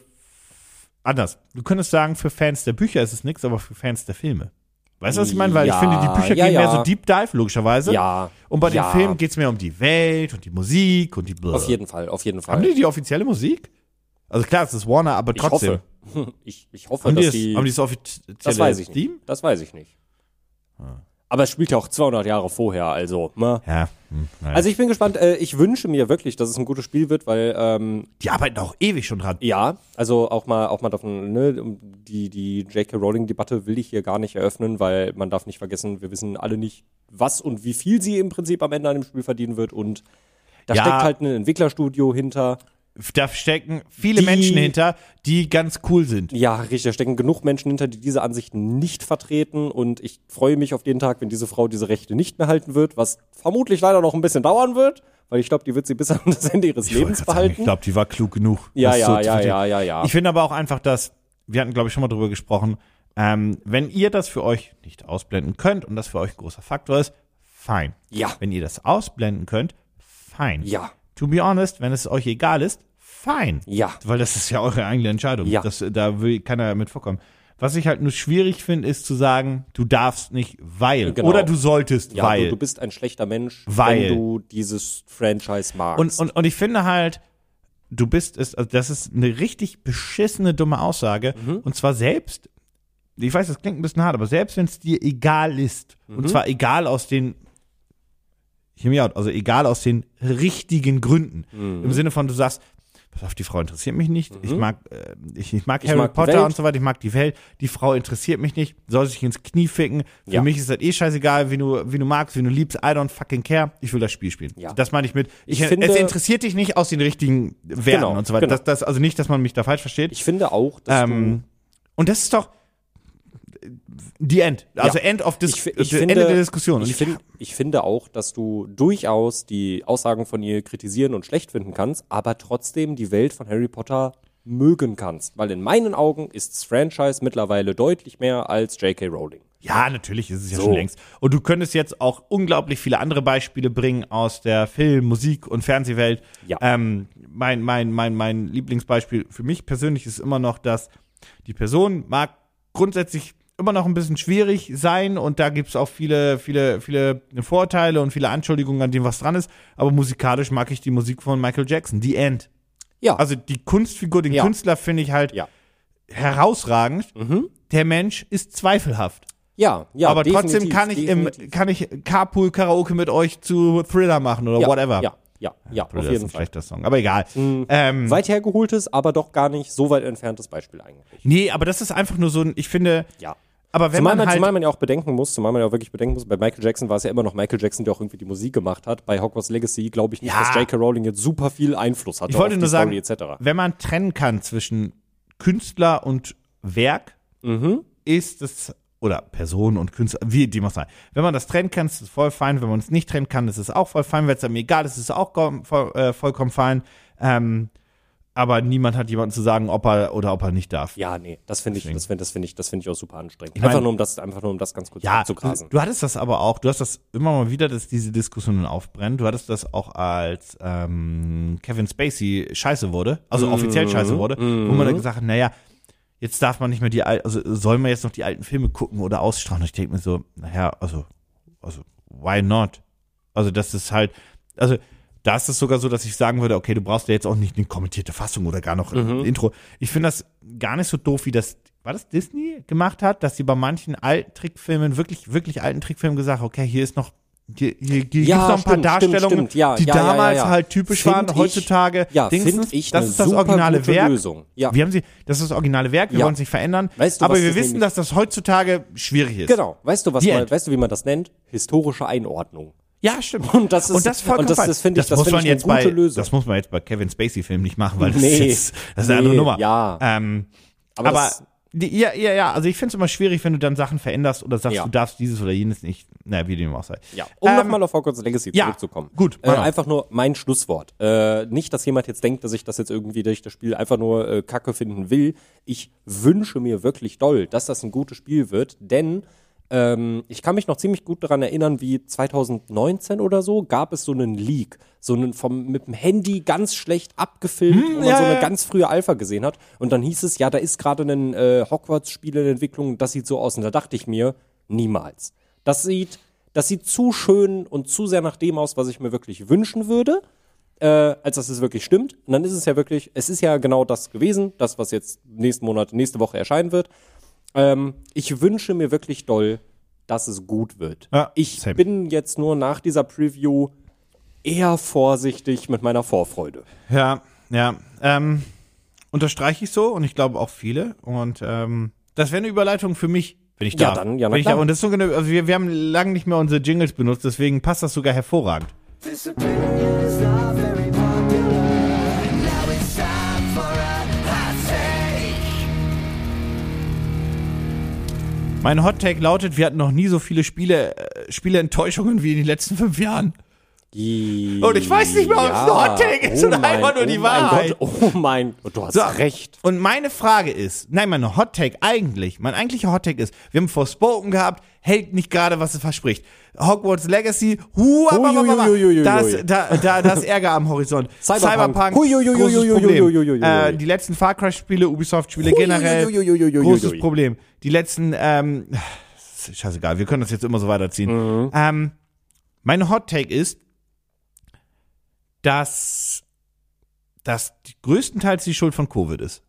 anders. Du könntest sagen, für Fans der Bücher ist es nichts, aber für Fans der Filme. Weißt du, was ich meine? Weil Ja, ich finde, die Bücher ja, gehen mehr ja. so Deep Dive, logischerweise. Ja. Und bei den ja. Filmen geht es mehr um die Welt und die Musik und die Blah. Auf jeden Fall, auf jeden Fall. Haben die die offizielle Musik? Also klar, es ist Warner, aber ich trotzdem. hoffe. <laughs> Ich, ich hoffe, Haben die, dass das, die. haben die das offizielle das weiß ich Steam? Ah. nicht. Das weiß ich nicht. Aber es spielt ja auch 200 Jahre vorher, also. Ne? Ja. Hm, naja. Also ich bin gespannt. Äh, ich wünsche mir wirklich, dass es ein gutes Spiel wird, weil ähm, die arbeiten auch ewig schon dran. Ja, also auch mal auch mal davon, ne, um die, die J.K. Rowling-Debatte will ich hier gar nicht eröffnen, weil man darf nicht vergessen, wir wissen alle nicht, was und wie viel sie im Prinzip am Ende an dem Spiel verdienen wird und da Ja. steckt halt ein Entwicklerstudio hinter. Da stecken viele Die- Menschen hinter, die ganz cool sind. Ja, richtig, da stecken genug Menschen hinter, die diese Ansichten nicht vertreten und ich freue mich auf den Tag, wenn diese Frau diese Rechte nicht mehr halten wird, was vermutlich leider noch ein bisschen dauern wird, weil ich glaube, die wird sie bis <laughs> an das Ende ihres wollte Lebens grad sagen, Ich behalten. glaube, die war klug genug. Ja, das ja, so zu ja, verstehen. ja, ja, ja. Ich finde aber auch einfach, dass, wir hatten, glaube ich, schon mal drüber gesprochen, ähm, wenn ihr das für euch nicht ausblenden könnt und das für euch ein großer Faktor ist, fein. Ja. Wenn ihr das ausblenden könnt, fein. Ja. To be honest, wenn es euch egal ist, fein. Ja. Weil das ist ja eure eigene Entscheidung. Ja. Das, da will keiner mit vorkommen. Was ich halt nur schwierig finde, ist zu sagen, du darfst nicht, weil. Genau. Oder du solltest, Ja, weil. du, du bist ein schlechter Mensch, Weil. wenn du dieses Franchise magst. Und, und, und ich finde halt, du bist es, also das ist eine richtig beschissene, dumme Aussage. Mhm. Und zwar selbst, ich weiß, das klingt ein bisschen hart, aber selbst wenn es dir egal ist, Mhm. und zwar egal aus den, hear me out, also egal aus den richtigen Gründen. Mhm. Im Sinne von, du sagst, pass auf, die Frau interessiert mich nicht, ich mag, äh, ich, ich mag Ich Harry mag die Potter Welt. und so weiter, ich mag die Welt, die Frau interessiert mich nicht, soll sich ins Knie ficken, für Ja. mich ist das eh scheißegal, wie du, wie du magst, wie du liebst, I don't fucking care, ich will das Spiel spielen. Ja. Das meine ich mit, ich, Ich finde- es interessiert dich nicht aus den richtigen Werten Genau, und so weiter. genau. Das, das, also nicht, dass man mich da falsch versteht. Ich finde auch, dass ähm, und das ist doch die End. Also End of du, dis ich, fi- ich the finde, Ende der Diskussion. Und Ich, find, ich finde auch, dass du durchaus die Aussagen von ihr kritisieren und schlecht finden kannst, aber trotzdem die Welt von Harry Potter mögen kannst. Weil in meinen Augen ist das Franchise mittlerweile deutlich mehr als J.K. Rowling. ja, natürlich ist es ja So. schon längst. Und du könntest jetzt auch unglaublich viele andere Beispiele bringen aus der Film-, Musik- und Fernsehwelt. Ja. Ähm, mein, mein, mein, mein Lieblingsbeispiel für mich persönlich ist immer noch, dass die Person mag grundsätzlich immer noch ein bisschen schwierig sein und da gibt es auch viele, viele, viele Vorteile und viele Anschuldigungen an dem, was dran ist. Aber musikalisch mag ich die Musik von Michael Jackson, The End. Ja. Also die Kunstfigur, den Ja. Künstler finde ich halt Ja. Mhm. herausragend. Der Mensch ist zweifelhaft. Ja, ja. aber trotzdem definitiv, kann ich im definitiv. kann ich Carpool Karaoke mit euch zu Thriller machen oder ja, whatever. Ja, ja, ja, auf Thriller ist jeden ein Fall. Mhm. schlechter Song, aber egal. Ähm, Weit hergeholtes, aber doch gar nicht so weit entferntes Beispiel eigentlich. nee, aber das ist einfach nur so ein, ich finde, Ja. aber wenn Zumal man man, halt zumal man ja auch bedenken muss, zumal man ja auch wirklich bedenken muss, bei Michael Jackson war es ja immer noch Michael Jackson, der auch irgendwie die Musik gemacht hat. Bei Hogwarts Legacy glaube ich nicht, Ja. dass J.K. Rowling jetzt super viel Einfluss hatte Ich wollte auf nur sagen, die Story etc. wenn man trennen kann zwischen Künstler und Werk, Mhm. ist es oder Person und Künstler, wie die muss sein. Wenn man das trennen kann, ist es voll fein. Wenn man es nicht trennen kann, ist es auch voll fein. Wenn es einem egal ist, ist es auch kom- voll, äh, vollkommen fein. Ähm, aber niemand hat jemanden zu sagen, ob er oder ob er nicht darf. Ja, nee, das finde ich, das finde das finde ich, das finde ich auch super anstrengend. mein- einfach nur um das, einfach nur um das ganz kurz Ja, du, abzugrasen. du hattest das aber auch, du hast das immer mal wieder, dass diese Diskussionen aufbrennen. Du hattest das auch als ähm, Kevin Spacey scheiße wurde, Mhm. also offiziell scheiße wurde, wo man dann gesagt hat, naja, jetzt darf man nicht mehr die alten, also soll man jetzt noch die alten Filme gucken oder ausstrahlen. Und ich denke mir so, naja, also, also, why not? Also, das ist halt, also, da ist es sogar so, dass ich sagen würde, okay, du brauchst ja jetzt auch nicht eine kommentierte Fassung oder gar noch Mhm. ein Intro. Ich finde das gar nicht so doof, wie das, war das Disney gemacht hat, dass sie bei manchen alten Trickfilmen, wirklich, wirklich alten Trickfilmen gesagt, okay, hier ist noch, hier, hier, hier Ja, gibt's noch ein paar stimmt, Darstellungen, stimmt, stimmt. Ja, die ja, ja, ja, damals ja. halt typisch Find waren, ich- heutzutage. ja, Dingsens, find ich das eine ist das super originale gute Werk. Lösung. Ja. Wir haben sie, das ist das originale Werk, wir Ja. wollen es nicht verändern, Weißt du, aber was wir das wissen, nämlich- dass das heutzutage schwierig ist. Genau. Weißt du, was The man, end. weißt du, wie man das nennt? Historische Einordnung. Ja, stimmt. Und das ist- und das, vollkommen und das fein. ist, finde ich, das muss finde man ich eine jetzt bei, gute Lösung. Das muss man jetzt bei Kevin Spacey Filmen nicht machen, weil das Nee. ist jetzt, das ist eine andere Nee, Nummer. ja. Ähm, Aber aber das- Die, ja, ja, ja. Also ich finde es immer schwierig, wenn du dann Sachen veränderst oder sagst, Ja. du darfst dieses oder jenes nicht. Na, wie dem auch sei. Ja. Um Ähm, nochmal auf Hogwarts Legacy ja, zurückzukommen. gut, Äh, mach mal. einfach nur mein Schlusswort. Äh, nicht, dass jemand jetzt denkt, dass ich das jetzt irgendwie durch das Spiel einfach nur äh, Kacke finden will. Ich wünsche mir wirklich doll, dass das ein gutes Spiel wird, denn ähm, ich kann mich noch ziemlich gut daran erinnern, wie 2019 oder so gab es so einen Leak, so einen vom mit dem Handy ganz schlecht abgefilmt, wo man Hm, ja, so eine ja. ganz frühe Alpha gesehen hat. Und dann hieß es, ja, da ist gerade ein äh, Hogwarts-Spiel in Entwicklung, das sieht so aus. Und da dachte ich mir, niemals. Das sieht, das sieht zu schön und zu sehr nach dem aus, was ich mir wirklich wünschen würde, äh, als dass es wirklich stimmt. Und dann ist es ja wirklich, es ist ja genau das gewesen, das, was jetzt nächsten Monat, nächste Woche erscheinen wird. Ähm, ich wünsche mir wirklich doll, dass es gut wird. Ja, ich same. bin jetzt nur nach dieser Preview eher vorsichtig mit meiner Vorfreude. Ja, ja. Ähm, unterstreiche ich so und ich glaube auch viele. Und ähm, das wäre eine Überleitung für mich, wenn ich Ja, darf. dann, ja, na wenn ich klar. darf. Und das ist so genau, also wir, wir haben lange nicht mehr unsere Jingles benutzt, deswegen passt das sogar hervorragend. This opinion's not very popular. And now it's time for a hot take. Mein Hot Take lautet, wir hatten noch nie so viele Spiele, äh, Spieleenttäuschungen wie in den letzten fünf Jahren. Und ich weiß nicht mehr, ob es ein Hot Take ist oder einfach nur die Wahrheit. Oh Mein Gott, oh mein Gott, du hast So. recht. Und meine Frage ist, nein, mein Hot Take eigentlich, mein eigentlicher Hot Take ist, wir haben Forspoken gehabt, hält nicht gerade, was es verspricht. Hogwarts Legacy, hua, ba, ba, ba, Huiuiuiuiui. ba. Das, da, da, das Ärger am Horizont. Cyberpunk. Cyberpunk, Huiuiuiuiuiui. großes Problem. Huiuiui. Äh, die letzten Far Cry Spiele, Ubisoft Spiele generell, Huiuiuiuiui. großes Problem. Die letzten, ähm, <sighs> scheißegal, wir können das jetzt immer so weiterziehen. Mhm. Ähm, mein Hot Take ist, dass das größtenteils die Schuld von Covid ist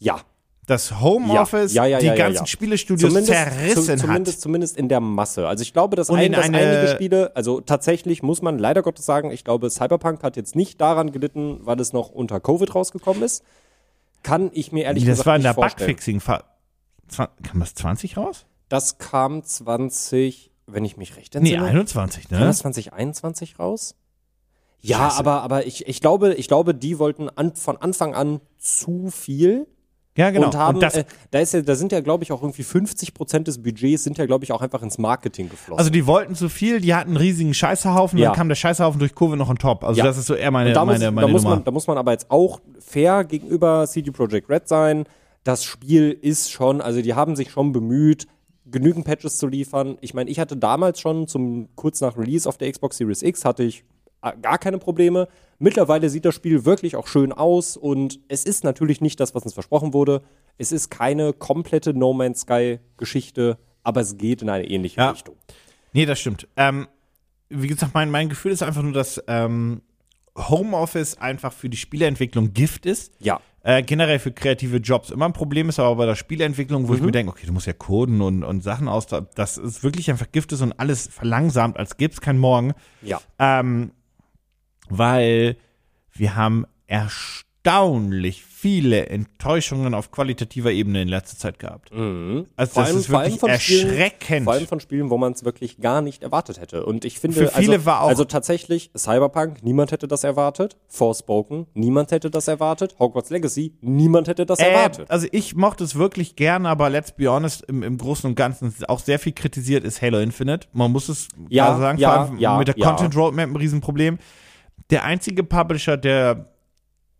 Ja, das Homeoffice Ja, ja, ja, die ja, ja, ganzen ja. Spielestudios zumindest, zerrissen zu, zumindest, hat. zumindest in der Masse. Also ich glaube, dass, Und ein, in dass eine- einige Spiele, also tatsächlich muss man leider Gottes sagen, ich glaube, Cyberpunk hat jetzt nicht daran gelitten, weil es noch unter Covid rausgekommen ist. Kann ich mir ehrlich das gesagt war in nicht der vorstellen. Bugfixing. Fa- zwa- Kam das 20 raus? Das kam 20, wenn ich mich recht Nee, entsinne. 21, Kam ne? das 2021 raus? Ja, aber, aber ich, ich, glaube, ich glaube, die wollten an, von Anfang an zu viel Ja, genau. und haben, das, äh, da, ist ja, da sind ja, glaube ich, auch irgendwie 50 Prozent des Budgets sind ja, glaube ich, auch einfach ins Marketing geflossen. also die wollten zu viel, die hatten einen riesigen Scheißhaufen, Ja. dann kam der Scheißhaufen durch Kurve noch on top. Also Ja. das ist so eher meine, Und da, muss, meine, meine da, muss Nummer. man, da muss man aber jetzt auch fair gegenüber CD Projekt Red sein. Das Spiel ist schon, also die haben sich schon bemüht, genügend Patches zu liefern. Ich meine, ich hatte damals schon zum kurz nach Release auf der Xbox Series X hatte ich äh, gar keine Probleme. Mittlerweile sieht das Spiel wirklich auch schön aus und es ist natürlich nicht das, was uns versprochen wurde. Es ist keine komplette No Man's Sky Geschichte, aber es geht in eine ähnliche Ja. Richtung. Nee, das stimmt. Ähm, wie gesagt, mein, mein Gefühl ist einfach nur, dass ähm, Homeoffice einfach für die Spieleentwicklung Gift ist. Ja. Äh, generell für kreative Jobs immer ein Problem ist, aber bei der Spieleentwicklung, wo Mhm. ich mir denke, okay, du musst ja coden und, und Sachen aus, das ist wirklich einfach Gift ist und alles verlangsamt, als gäbe es kein Morgen. Ja. Ähm, weil wir haben erstaunlich viele Enttäuschungen auf qualitativer Ebene in letzter Zeit gehabt. Also Mhm. Vor das allem, ist vor allem wirklich von Spielen, erschreckend. vor allem von Spielen, wo man es wirklich gar nicht erwartet hätte. Und ich finde, Für viele also, war auch- also tatsächlich Cyberpunk, niemand hätte das erwartet. Forspoken, niemand hätte das erwartet. Hogwarts Legacy, niemand hätte das äh, erwartet. also ich mochte es wirklich gern, aber let's be honest, im, im Großen und Ganzen ist auch sehr viel kritisiert ist Halo Infinite. Man muss es Ja, klar sagen, ja, vor allem ja, mit der ja. Content Roadmap ein Riesenproblem. Der einzige Publisher, der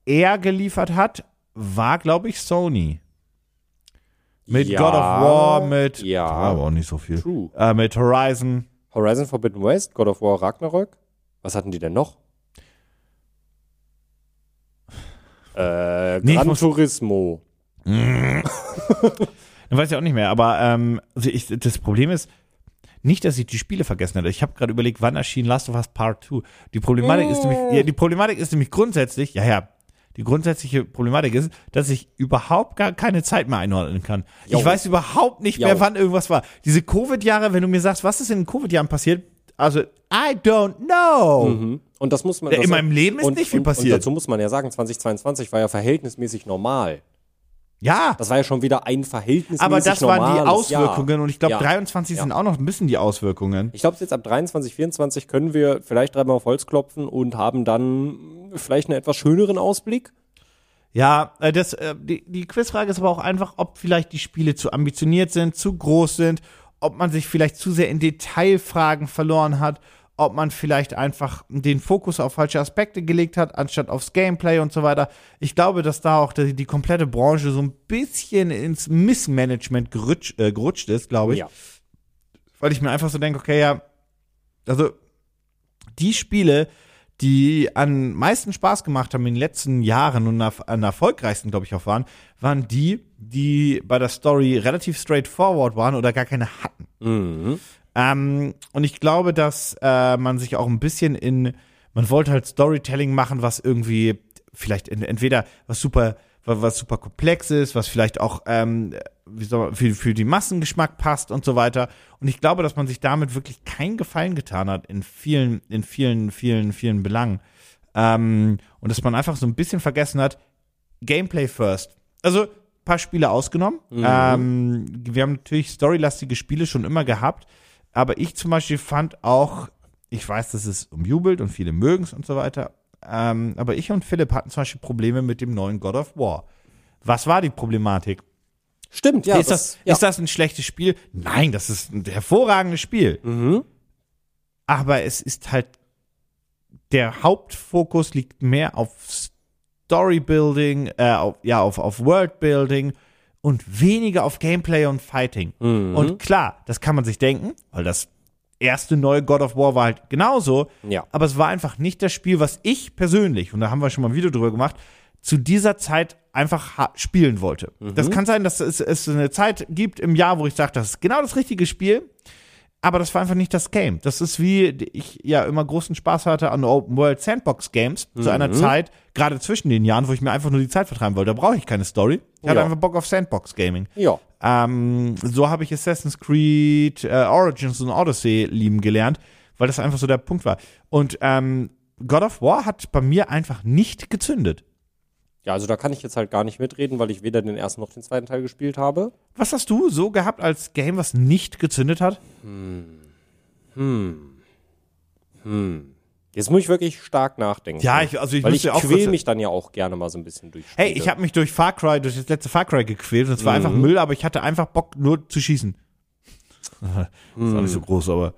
eher geliefert hat, war, glaube ich, Sony. Mit Ja, God of War, mit ja. aber auch nicht so viel. True. Äh, mit Horizon. Horizon Forbidden West, God of War, Ragnarök. Was hatten die <sighs> denn noch? Äh, Nee, ich Gran muss- Turismo. Dann weiß ich auch nicht mehr, aber ähm, also ich, das Problem ist, nicht, dass ich die Spiele vergessen hätte. Ich habe gerade überlegt, wann erschien Last of Us Part 2. Die Problematik ist Oh. nämlich, ja, die Problematik ist nämlich grundsätzlich, ja, ja, die grundsätzliche Problematik ist, dass ich überhaupt gar keine Zeit mehr einordnen kann. Jo. Ich weiß überhaupt nicht Jo. mehr, wann irgendwas war. Diese Covid-Jahre, wenn du mir sagst, was ist in den Covid-Jahren passiert, also, I don't know. Und das muss man. Ja, das in meinem Leben ist nicht viel und, passiert. Und dazu muss man ja sagen, 2022 war ja verhältnismäßig normal. Ja. Das war ja schon wieder ein verhältnismäßig Aber das waren die normales Jahr. Auswirkungen und ich glaube, Ja. 23 sind auch noch ein bisschen die Auswirkungen. Ich glaube, jetzt ab 23, 24 können wir vielleicht dreimal auf Holz klopfen und haben dann vielleicht einen etwas schöneren Ausblick. Ja, äh, das, äh, die, die Quizfrage ist aber auch einfach, ob vielleicht die Spiele zu ambitioniert sind, zu groß sind, ob man sich vielleicht zu sehr in Detailfragen verloren hat, ob man vielleicht einfach den Fokus auf falsche Aspekte gelegt hat, anstatt aufs Gameplay und so weiter. Ich glaube, dass da auch die, die komplette Branche so ein bisschen ins Missmanagement gerutsch, äh, gerutscht ist, glaube ich. Ja. Weil ich mir einfach so denke, okay, ja, also die Spiele, die am meisten Spaß gemacht haben in den letzten Jahren und erf- am erfolgreichsten, glaube ich, auch waren, waren die, die bei der Story relativ straightforward waren oder gar keine hatten. Ähm, und ich glaube, dass äh, man sich auch ein bisschen in, man wollte halt Storytelling machen, was irgendwie vielleicht in, entweder was super, wa- was super komplex ist, was vielleicht auch ähm, wie soll man, für, für die Massengeschmack passt und so weiter. Und ich glaube, dass man sich damit wirklich keinen Gefallen getan hat in vielen, in vielen, vielen, vielen Belangen. Ähm, und dass man einfach so ein bisschen vergessen hat, Gameplay first. Also ein paar Spiele ausgenommen. Mhm. Ähm, wir haben natürlich storylastige Spiele schon immer gehabt, aber ich zum Beispiel fand auch, ich weiß, dass es umjubelt und viele mögen es und so weiter, ähm, aber ich und Philipp hatten zum Beispiel Probleme mit dem neuen God of War. Was war die Problematik? Stimmt, ja. ist, das, ja. ist das ein schlechtes Spiel? Nein, das ist ein hervorragendes Spiel. Mhm. Aber es ist halt, der Hauptfokus liegt mehr auf Storybuilding, äh, auf, ja, auf, auf Worldbuilding und weniger auf Gameplay und Fighting. Und klar, das kann man sich denken, weil das erste neue God of War war halt genauso. Ja. Aber es war einfach nicht das Spiel, was ich persönlich, und da haben wir schon mal ein Video drüber gemacht, zu dieser Zeit einfach ha- spielen wollte. Das kann sein, dass es, es eine Zeit gibt im Jahr, wo ich sage, das ist genau das richtige Spiel, aber das war einfach nicht das Game. Das ist wie ich ja immer großen Spaß hatte an Open World Sandbox Games zu einer Zeit, gerade zwischen den Jahren, wo ich mir einfach nur die Zeit vertreiben wollte. Da brauche ich keine Story. Ich hatte Ja. einfach Bock auf Sandbox Gaming. ja. Ähm, so habe ich Assassin's Creed äh, Origins und Odyssey lieben gelernt, weil das einfach so der Punkt war. Und ähm, God of War hat bei mir einfach nicht gezündet. Ja, also da kann ich jetzt halt gar nicht mitreden, weil ich weder den ersten noch den zweiten Teil gespielt habe. Was hast du so gehabt als Game, was nicht gezündet hat? Jetzt muss ich wirklich stark nachdenken. Ja, ich- also ich weil ich müsste auch quäl kurz- mich dann ja auch gerne mal so ein bisschen durch. Hey, Spiele. ich habe mich durch Far Cry, durch das letzte Far Cry gequält und es war einfach Müll, aber ich hatte einfach Bock nur zu schießen. Das Mhm. <laughs> ist auch nicht Mhm. so groß, aber.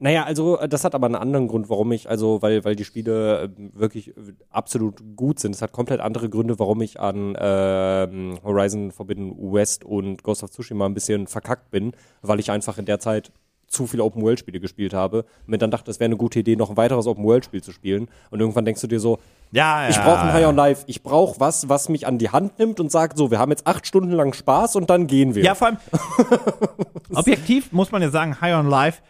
Naja, also äh, das hat aber einen anderen Grund, warum ich, also weil, weil die Spiele äh, wirklich äh, absolut gut sind. Es hat komplett andere Gründe, warum ich an ähm, Horizon Forbidden West und Ghost of Tsushima ein bisschen verkackt bin, weil ich einfach in der Zeit zu viele Open-World-Spiele gespielt habe und mir dann dachte, es wäre eine gute Idee, noch ein weiteres Open-World-Spiel zu spielen. Und irgendwann denkst du dir so, Ja, ja. ich brauche ein High on Life, ich brauche was, was mich an die Hand nimmt und sagt, so, wir haben jetzt acht Stunden lang Spaß und dann gehen wir. Ja, <laughs> vor allem. objektiv muss man ja sagen, High on Life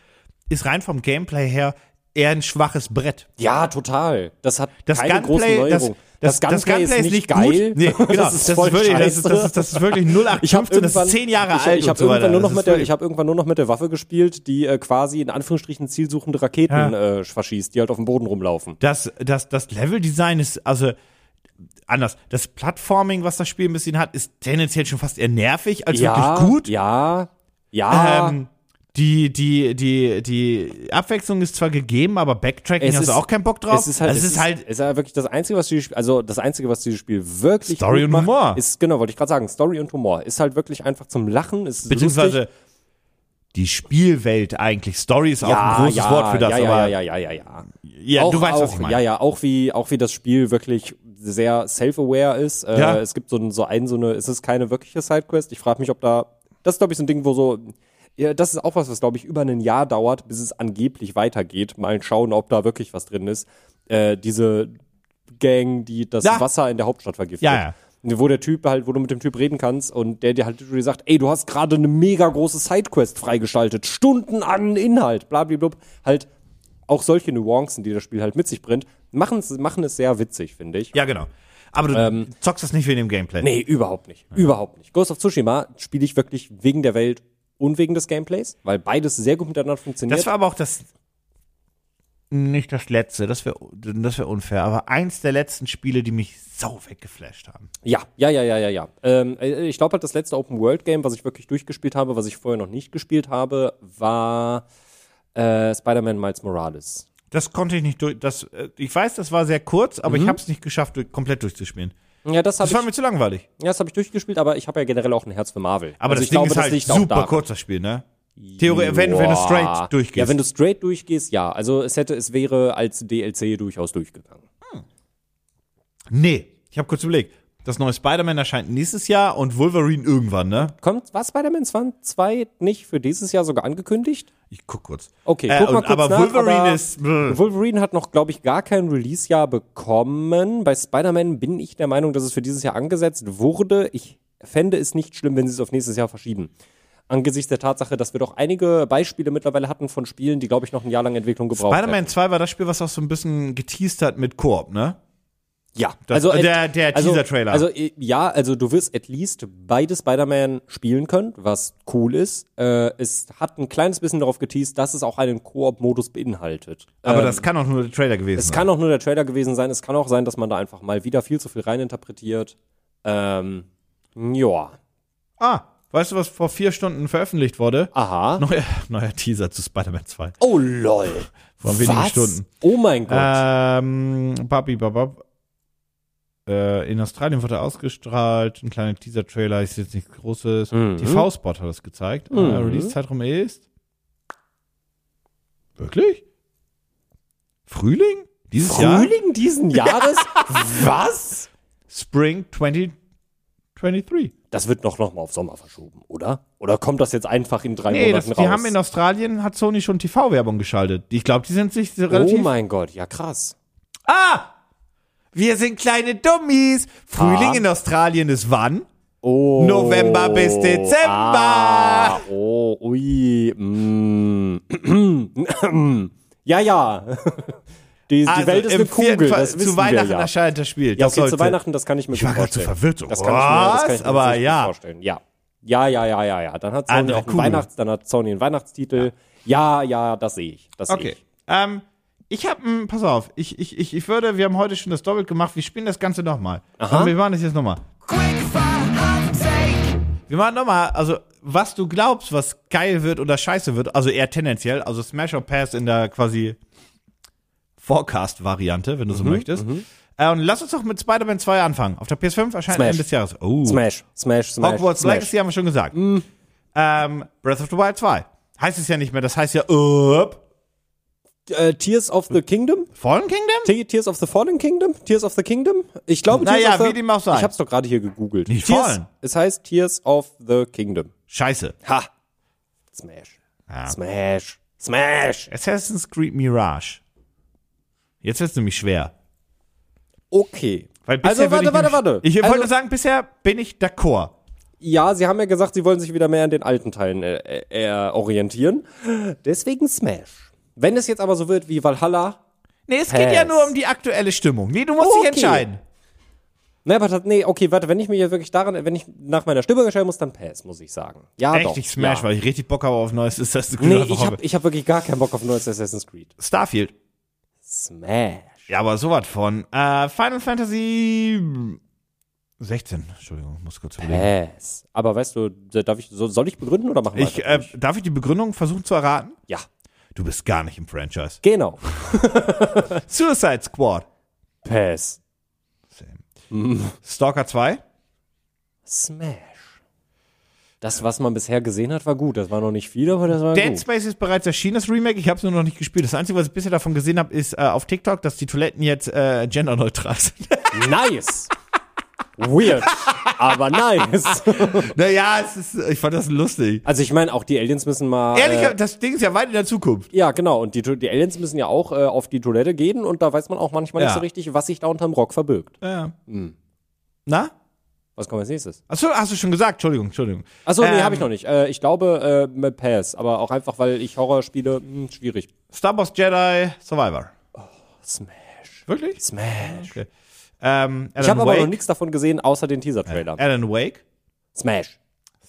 ist rein vom Gameplay her eher ein schwaches Brett. Ja, total. Das hat Das keine große Gunplay, das, Neuerung. das, das, Gunplay ist nicht, geil. geil. <laughs> das ist, wirklich, das, ist, das, ist, das ist wirklich 0815, ich habe das irgendwann, ist 10 Jahre ich, alt. ich und habe so weiter. irgendwann, nur noch Das mit ist der- wirklich- ich hab irgendwann nur noch mit der Waffe gespielt, die äh, quasi in Anführungsstrichen zielsuchende Raketen äh, verschießt, die halt auf dem Boden rumlaufen. das, das, das Leveldesign ist, also anders. Das Plattforming, was das Spiel ein bisschen hat, ist tendenziell schon fast eher nervig als ja, wirklich gut. ja, ja. Ähm, die, die, die, die Abwechslung ist zwar gegeben, aber Backtracking hast du auch keinen Bock drauf. Es ist halt, Also es ist halt, es ist halt wirklich das einzige, was dieses Spiel, also das einzige, was dieses Spiel wirklich Story gut und macht, Humor. ist genau, wollte ich gerade sagen, Story und Humor ist halt wirklich einfach zum Lachen, ist lustig. beziehungsweise die Spielwelt eigentlich. Story ist auch ein großes ja, Wort für das, ja, ja, aber ja, ja, ja, ja. Ja, du weißt, auch, was ich meine. Ja, ja, auch wie, auch wie das Spiel wirklich sehr self-aware ist. Äh, Ja. Es gibt so, ein- so einen, so eine, es ist keine wirkliche Sidequest. Ich frage mich, ob da, das ist glaube ich so ein Ding, wo so, ja, das ist auch was, was glaube ich über ein Jahr dauert, bis es angeblich weitergeht. Mal schauen, ob da wirklich was drin ist. Äh, diese Gang, die das Ja. Wasser in der Hauptstadt vergiftet. Ja, ja. Wo der Typ halt, wo du mit dem Typ reden kannst und der dir halt literally sagt, ey, du hast gerade eine mega große Sidequest freigeschaltet, Stunden an Inhalt, blablabla. Halt auch solche Nuancen, die das Spiel halt mit sich bringt, machen es, machen es sehr witzig, finde ich. Ja, genau. Aber du Ähm. zockst das nicht wegen dem Gameplay. Nee, überhaupt nicht. Überhaupt nicht. Ghost of Tsushima spiele ich wirklich wegen der Welt und wegen des Gameplays, weil beides sehr gut miteinander funktioniert. Das war aber auch das. Nicht das letzte, das wäre das wär unfair, aber eins der letzten Spiele, die mich sau weggeflasht haben. ja, ja, ja, ja, ja, ja. Ähm, äh, ich glaube halt, das letzte Open-World-Game, was ich wirklich durchgespielt habe, was ich vorher noch nicht gespielt habe, war äh, Spider-Man Miles Morales. Das konnte ich nicht durch. Das, äh, ich weiß, das war sehr kurz, aber ich habe es nicht geschafft, durch, komplett durchzuspielen. Ja, das habe Das war ich, mir zu langweilig. ja, das hab ich durchgespielt, aber ich habe ja generell auch ein Herz für Marvel. Aber also das ich Ding glaube, ist das halt liegt auch super daran. kurz, das Spiel, ne? Theorie, wenn, wenn du Joa. straight durchgehst. Ja, wenn du straight durchgehst, ja. Also es hätte, es wäre als DLC durchaus durchgegangen. nee, ich habe kurz überlegt. Das neue Spider-Man erscheint nächstes Jahr und Wolverine irgendwann, ne? Kommt, war Spider-Man 2 nicht für dieses Jahr sogar angekündigt? Ich guck kurz. Okay, Äh, guck mal und- kurz aber nach, Wolverine aber ist- brr. Wolverine hat noch, glaube ich, gar kein Release-Jahr bekommen. Bei Spider-Man bin ich der Meinung, dass es für dieses Jahr angesetzt wurde. Ich fände es nicht schlimm, wenn sie es auf nächstes Jahr verschieben. Angesichts der Tatsache, dass wir doch einige Beispiele mittlerweile hatten von Spielen, die, glaube ich, noch ein Jahr lang Entwicklung gebraucht Spider-Man 2 war das Spiel, was auch so ein bisschen geteased hat mit Koop, ne? Ja, Das- äh, at- der- der Teaser-Trailer. Also, äh, ja, also du wirst at least beide Spider-Man spielen können, was cool ist. Äh, es hat ein kleines bisschen darauf geteased, dass es auch einen Koop-Modus beinhaltet. Aber Ähm, das kann auch nur der Trailer gewesen es sein. kann auch nur der Trailer gewesen sein. Es kann auch sein, dass man da einfach mal wieder viel zu viel reininterpretiert. Ähm, ja, Ah, weißt du, was vor vier Stunden veröffentlicht wurde? aha. Neuer, <laughs> neuer Teaser zu Spider-Man 2. Oh lol. Vor wenigen was? Stunden. Oh mein Gott. Ähm, Papi Babab. Äh, in Australien wurde ausgestrahlt. Ein kleiner Teaser-Trailer ist jetzt nichts Großes. Mhm. TV-Spot hat das gezeigt. Äh, Release-Zeitraum ist. Wirklich? Frühling? Dieses Jahr? <laughs> Frühling diesen Jahres? was? Spring 2023. Das wird noch, noch mal auf Sommer verschoben, oder? Oder kommt das jetzt einfach in drei Nee, das, Monaten die raus? haben in Australien, hat Sony schon TV-Werbung geschaltet. Ich glaube, die sind sich relativ. Oh mein Gott, ja krass. ah! Wir sind kleine Dummies. Frühling Ah. in Australien ist wann? Oh. November bis Dezember. Ah, oh, ui. Mm. <clears throat> ja, ja. <laughs> Die, die Welt ist Also im eine Kugel, vierten Fall- das wissen zu Weihnachten wir ja. erscheint das Spiel. Ja, das okay, zu sollte- Weihnachten, das kann ich mir Ich gut war gerade so vorstellen. verwirrt. So, Das kann, ich mir, das kann ich was? mir Aber tatsächlich ja. Ah, gut vorstellen. Ja. Ja, ja, ja, ja, ja. Dann hat Sony Andere auch einen Kugel. Weihnachts, dann hat Sony einen Weihnachtstitel. Ja, ja, das sehe ich. Das sehe Okay. ich. Ähm, ich hab, ein- pass auf, ich, ich, ich, ich würde, wir haben heute schon das Doppelt gemacht, wir spielen das Ganze nochmal. Aha. Wir machen das jetzt nochmal. Quick fire hot take. Wir machen nochmal, also, was du glaubst, was geil wird oder scheiße wird, also eher tendenziell, also Smash or Pass in der quasi Forecast-Variante, wenn du so Mhm, möchtest. Äh, und lass uns doch mit Spider-Man 2 anfangen. Auf der PS5 erscheint Smash. Ende des Jahres. Oh. Smash, Smash, Smash. Hogwarts Smash. Mhm. Legacy haben wir schon gesagt. Ähm, Breath of the Wild 2. Heißt es ja nicht mehr, das heißt ja up. Äh, Tears of the Kingdom? Fallen Kingdom? Te- Tears of the Fallen Kingdom? Tears of the Kingdom? Ich glaube, Naja, Tears of the... wie dem auch sei. Ich hab's doch gerade hier gegoogelt. Nicht Tears, Fallen. Es heißt Tears of the Kingdom. Scheiße. Ha! Smash. Smash. Smash. Assassin's Creed Mirage. Jetzt wird's nämlich schwer. Okay. Weil bisher also würde warte, ich warte, nämlich- warte. Ich also, wollte nur sagen, bisher bin ich d'accord. ja, sie haben ja gesagt, sie wollen sich wieder mehr an den alten Teilen äh, äh, orientieren. Deswegen Smash. Wenn es jetzt aber so wird wie Valhalla, Nee, es geht ja Pass. nur um die aktuelle Stimmung. Nee, du musst Okay. dich entscheiden. Ne, aber das, nee, okay, warte, wenn ich mir jetzt wirklich daran, wenn ich nach meiner Stimme entscheiden muss, dann Pass, muss ich sagen. Ja, Echt, Ah, doch. ich Smash, ja. weil ich richtig Bock habe auf neues Assassin's Creed. Nee, einfach ich hab, ich hab wirklich gar keinen Bock auf neues Assassin's Creed. Starfield. Smash. Ja, aber sowas von. Äh, Final Fantasy 16. Entschuldigung, muss kurz überlegen. Pass. Aber weißt du, da darf ich, so, soll ich begründen oder machen wir Ich, äh, einfach durch? darf ich die Begründung versuchen zu erraten? Ja, Du bist gar nicht im Franchise. genau. Suicide Squad. Pass. Same. Stalker 2. Oh. Smash. Das, was man bisher gesehen hat, war gut. Das war noch nicht viel, aber das war Dead gut. Space ist bereits erschienen, das Remake. Ich habe es nur noch nicht gespielt. Das Einzige, was ich bisher davon gesehen habe, ist äh, auf TikTok, dass die Toiletten jetzt äh, genderneutral sind. <laughs> Nice. Weird, aber nice. naja, es ist, ich fand das lustig. Also ich meine, auch die Aliens müssen mal... Ehrlich, äh, das Ding ist ja weit in der Zukunft. Ja, genau. Und die, To- die Aliens müssen ja auch äh, auf die Toilette gehen und da weiß man auch manchmal Ja. nicht so richtig, was sich da unterm Rock verbirgt. Ja. Hm. Na? Was kommt als nächstes? Achso, hast du schon gesagt. Entschuldigung, Entschuldigung. Achso, nee, Ähm. habe ich noch nicht. Äh, ich glaube, äh, mit Pass, aber auch einfach, weil ich Horror spiele, hm, schwierig. Star Wars Jedi Survivor. Smash. Wirklich? Smash. Okay. Ähm, Alan Ich habe aber Wake. noch nichts davon gesehen, außer den Teaser-Trailer. Alan Wake. Smash.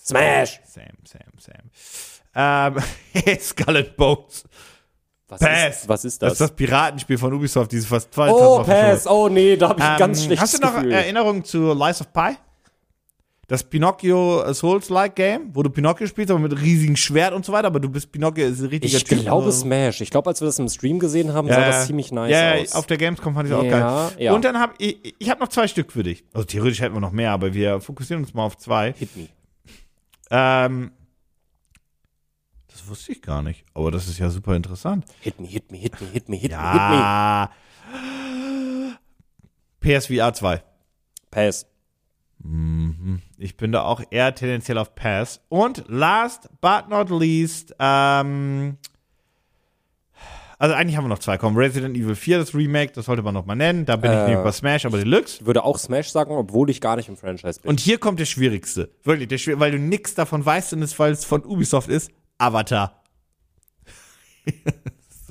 Smash. Same, same, same. Ähm, <laughs> Skull Bones. Was Pass. Ist, was ist Das das? ist das Piratenspiel von Ubisoft, dieses fast 2000 oh, Pass. Oh, nee, da habe ich ein ganz Ähm, schlechtes Hast du noch Gefühl. Erinnerungen zu Lies of Pi? das Pinocchio äh, Souls-like Game, wo du Pinocchio spielst, aber mit riesigem Schwert und so weiter, aber du bist Pinocchio ist ein richtiger Ich Typ. glaube so. Smash. Ich glaube, als wir das im Stream gesehen haben, sah das ziemlich nice ja, ja, aus. auf der Gamescom fand ich auch Ja, geil. ja. Und dann habe ich, ich habe noch zwei Stück für dich. Also theoretisch hätten wir noch mehr, aber wir fokussieren uns mal auf zwei. Hit me. Ähm, das wusste ich gar nicht, aber das ist ja super interessant. Ah, Hit me, hit me, hit me, hit me, hit me, hit me. Ja. PSVR 2. Pass. Ich bin da auch eher tendenziell auf Pass. Und last but not least, ähm, also eigentlich haben wir noch zwei. Komm, Resident Evil 4, das Remake, das sollte man nochmal nennen. Da bin ich Äh, nämlich bei Smash, aber Deluxe. Ich würde auch Smash sagen, obwohl ich gar nicht im Franchise bin. Und hier kommt der schwierigste. Wirklich, der schwier weil du nichts davon weißt und es, weil es von Ubisoft ist. Avatar.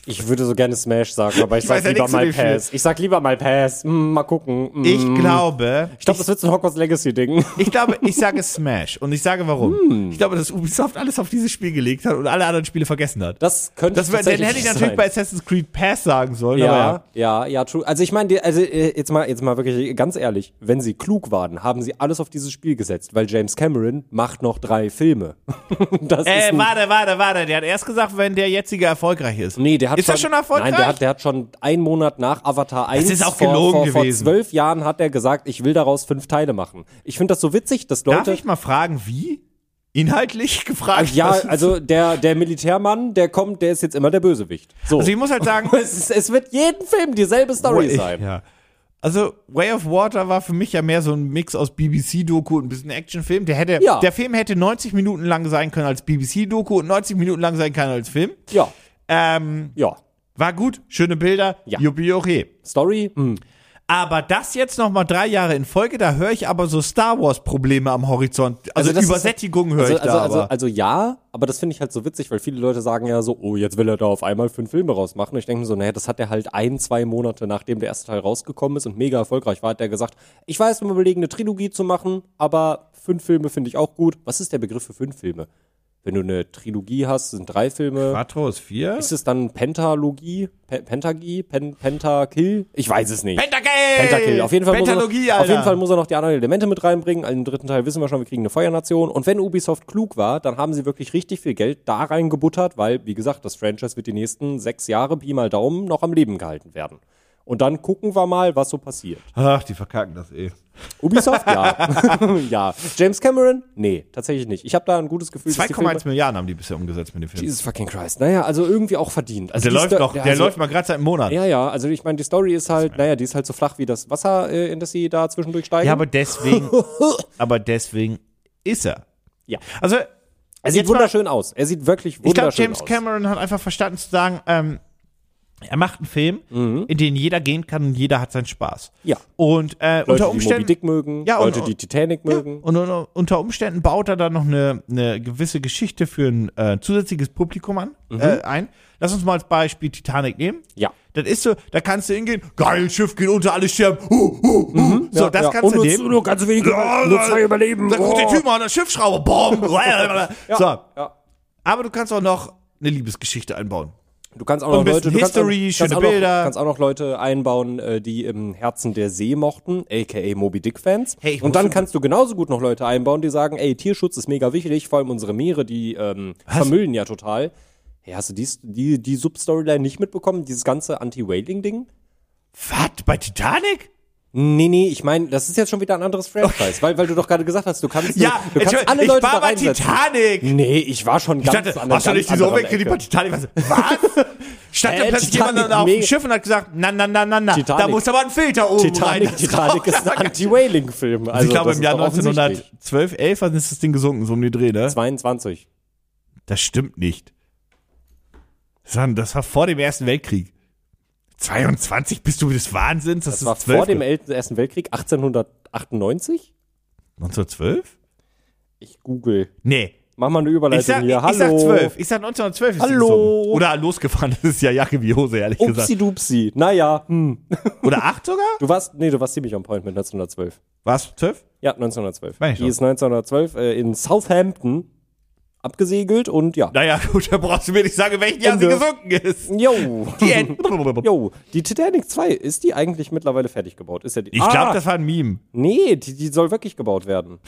ich würde so gerne Smash sagen, aber ich, Ich sag weiß ja lieber nichts zu mal dem Spiel. Pass. Ich sag lieber mal Pass. Hm, mal gucken. Hm. Ich glaube, Ich glaube, das wird so ein Hogwarts Legacy-Ding. <laughs> Ich glaube, ich sage Smash und ich sage warum. Mm. Ich glaube, dass Ubisoft alles auf dieses Spiel gelegt hat und alle anderen Spiele vergessen hat. Das könnte Das wär, dann tatsächlich hätte ich natürlich sein. bei Assassin's Creed Pass sagen sollen, aber ja. Ja, ja, ja, true. Also ich meine, die- also äh, jetzt mal, jetzt mal wirklich ganz ehrlich, wenn sie klug waren, haben sie alles auf dieses Spiel gesetzt, weil James Cameron macht noch drei Filme. <laughs> das ist Äh, ein, warte, warte, warte. Der hat erst gesagt, wenn der jetzige erfolgreich ist. nee, der hat ist schon, er schon erfolgreich? Nein, der hat, der hat schon einen Monat nach Avatar 1 ist auch vor, gelogen vor, gewesen. vor zwölf Jahren hat er gesagt, ich will daraus fünf Teile machen. Ich finde das so witzig, dass Darf Leute ich mal fragen, wie? Inhaltlich <laughs> gefragt? ja, Das ist- also der, der Militärmann, der kommt, der ist jetzt immer der Bösewicht. So. <laughs> also ich muss halt sagen, es, ist, es wird jeden Film dieselbe Story sein. Ja. Also Way of Water war für mich ja mehr so ein Mix aus BBC-Doku und ein bisschen Actionfilm. Der hätte, Ja. der Film hätte 90 Minuten lang sein können als BBC-Doku und 90 Minuten lang sein können als Film. Ja, Ähm, ja. war gut, schöne Bilder, Ja. juppie okay. Story, hm. Aber das jetzt noch mal drei Jahre in Folge, da höre ich aber so Star Wars Probleme am Horizont. Also, das ist- Übersättigung höre also, ich da also, also, aber. also ja, aber das finde ich halt so witzig, weil viele Leute sagen ja so, oh, jetzt will er da auf einmal fünf Filme rausmachen. Und ich denke mir so, naja, das hat er halt ein, zwei Monate nachdem der erste Teil rausgekommen ist und mega erfolgreich war, hat er gesagt, ich weiß, wir überlegen, eine Trilogie zu machen, aber fünf Filme finde ich auch gut. Was ist der Begriff für fünf Filme? Wenn du eine Trilogie hast, sind drei Filme. Quattro ist vier? Ist es dann Pentalogie? Pe Pentagie? Pen Pentakill? Ich weiß es nicht. Pentakill! Pentakill. Auf jeden, Fall muss er noch, Pentalogie, Alter. auf jeden Fall muss er noch die anderen Elemente mit reinbringen. Im dritten Teil wissen wir schon, wir kriegen eine Feuernation. Und wenn Ubisoft klug war, dann haben sie wirklich richtig viel Geld da reingebuttert, weil, wie gesagt, das Franchise wird die nächsten sechs Jahre, Pi mal Daumen, noch am Leben gehalten werden. Und dann gucken wir mal, was so passiert. Ach, die verkacken das eh. <laughs> Ubisoft, ja. <laughs> ja. James Cameron? Nee, tatsächlich nicht. Ich habe da ein gutes Gefühl, dass die Filme- 2,1 Milliarden haben die bisher umgesetzt mit dem Film. Jesus fucking Christ. Naja, also irgendwie auch verdient. Also Der die läuft Sto- doch, der also- läuft mal gerade seit einem Monat. Ja, ja, also ich meine, die Story ist halt, naja, die ist halt so flach wie das Wasser, äh, in das sie da zwischendurch steigen. Ja, aber <laughs> deswegen, aber deswegen ist er. Ja. Also, Er sieht jetzt mal- wunderschön aus. Er sieht wirklich ich glaube, wunderschön James aus. Cameron hat einfach verstanden zu sagen, ähm, er macht einen Film, in den jeder gehen kann und jeder hat seinen Spaß. Mhm. Ja. Und äh, Leute, unter die Moby Umständen. Dick mögen, Ja, und- Leute, die Titanic mögen. Und un- unter Umständen baut er dann noch eine, eine gewisse Geschichte für ein äh, zusätzliches Publikum an, äh, ein. Lass uns mal als Beispiel Titanic nehmen. Mhm. Ja. Das ist so, da kannst du hingehen, geil, Schiff geht unter, alle sterben. Huh, huh, huh. So, Mhm. ja, das ja. kannst und du nur, nehmen. nur ganz wenige, Ja, nur ja. zwei überleben. Da guckt der Oh. Typ mal an der Schiffsschraube. <laughs> Boom. So. Ja. Aber du kannst auch noch eine Liebesgeschichte einbauen. Du kannst auch noch ein bisschen Leute, du kannst auch- History, kannst schöne auch noch, Bilder. kannst auch noch Leute einbauen, äh, die im Herzen der See mochten, aka Moby Dick Fans. Hey, ich und muss- dann kannst du genauso gut noch Leute einbauen, die sagen, ey, Tierschutz ist mega wichtig, vor allem unsere Meere, die ähm, vermüllen ja total. Hey, hast du die, die, die Substoryline nicht mitbekommen? Dieses ganze Anti-Whaling-Ding? Was? Bei Titanic? Nee, nee, ich meine, das ist jetzt schon wieder ein anderes Franchise, weil, weil du doch gerade gesagt hast, du kannst, Ja, du kannst Entschuldigung, alle ich Leute war da bei reinsetzen. Titanic. Nee, ich war schon Ich ganz dachte, an hast du einer nicht ganz die so anderen weggekriegt bei Ecke. Titanic? Was? <laughs> Was? Stand da Äh, plötzlich Titanic, jemand auf dem mega- Schiff und hat gesagt, na, na, na, na, na, da Titanic. muss aber ein Filter oben rein. Titanic, Das Titanic raus. <laughs> ist ein Anti-Whaling-Film. Also ich glaube, das im ist Jahr doch offensichtlich. 1912, 11 wann ist das Ding gesunken, so um die Dreh, ne? 22. Das stimmt nicht. Das war, das war vor dem Ersten Weltkrieg. 22 bist du des Wahnsinns? Das, Das war ist 12 vor dem ge- El- Ersten Weltkrieg, 1898? 1912? Ich google. Nee. Mach mal eine Ich Überleitung sag, hier. Hallo. ich sag 12. Ich sag 1912 ist sie Hallo. gesunken. Oder losgefahren. <laughs> Das ist ja Jacke wie Hose, ehrlich gesagt. Upsi-dupsi. Naja, hm. Oder 8 sogar? Du warst, nee, du warst ziemlich on point mit 1912. Was? 12? Ja, 1912. Weiß ich Die doch. ist 1912 äh, in Southampton abgesegelt und ja. Naja, <laughs> gut, da brauchst du mir nicht sagen, in welchem Jahr sie Ende. gesunken ist. Jo. Die <laughs> Enten- Jo, die Titanic 2, ist die eigentlich mittlerweile fertig gebaut? Ist ja die. Ah, Ich glaube, das war ein Meme. Nee, die, die soll wirklich gebaut werden.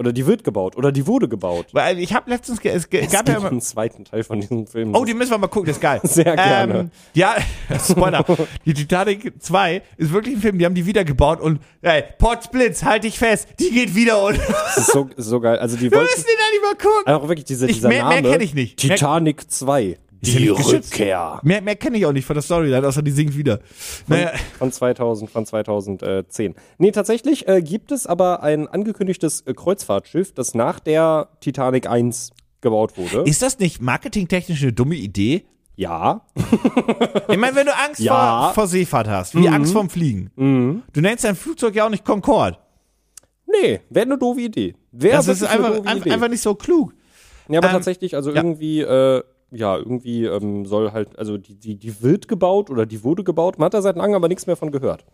Oder die wird gebaut. Oder die wurde gebaut. Weil ich habe letztens, ge es ge- Es gab ja gibt immer, einen zweiten Teil von diesem Film. Oh, die müssen wir mal gucken, das ist geil. <laughs> Ähm, Sehr gerne. ja, <laughs> Spoiler. Die Titanic 2 ist wirklich ein Film, die haben die wiedergebaut und, ey, Potz Blitz, halt dich fest, die geht wieder und <laughs> wir das ist so, so geil. Also die wollten müssen den da nicht mal gucken. also auch wirklich diese, Ich- dieser mehr- Name. mehr kenn ich nicht. Mehr- Titanic 2. ja Die nicht geschützt. Rückkehr. Mehr, mehr kenne ich auch nicht von der Storyline, außer die singt wieder. Naja, Von 2000, von 2010. Nee, tatsächlich äh, gibt es aber ein angekündigtes äh, Kreuzfahrtschiff, das nach der Titanic 1 gebaut wurde. ist das nicht marketingtechnisch eine dumme Idee? ja. Ich meine, wenn du Angst Ja. Mhm. vor, vor Seefahrt hast, wie Angst vorm Fliegen, du nennst dein Flugzeug ja auch nicht Concorde. Nee, wäre eine doofe Idee. Wäre Das ist wirklich eine einfach, doofe ein- Idee. einfach nicht so klug. Ja, aber Ähm, tatsächlich, also ja. irgendwie, äh, ja, irgendwie ähm, soll halt, also die, die, die wird gebaut oder die wurde gebaut. Man hat da seit langem aber nichts mehr von gehört.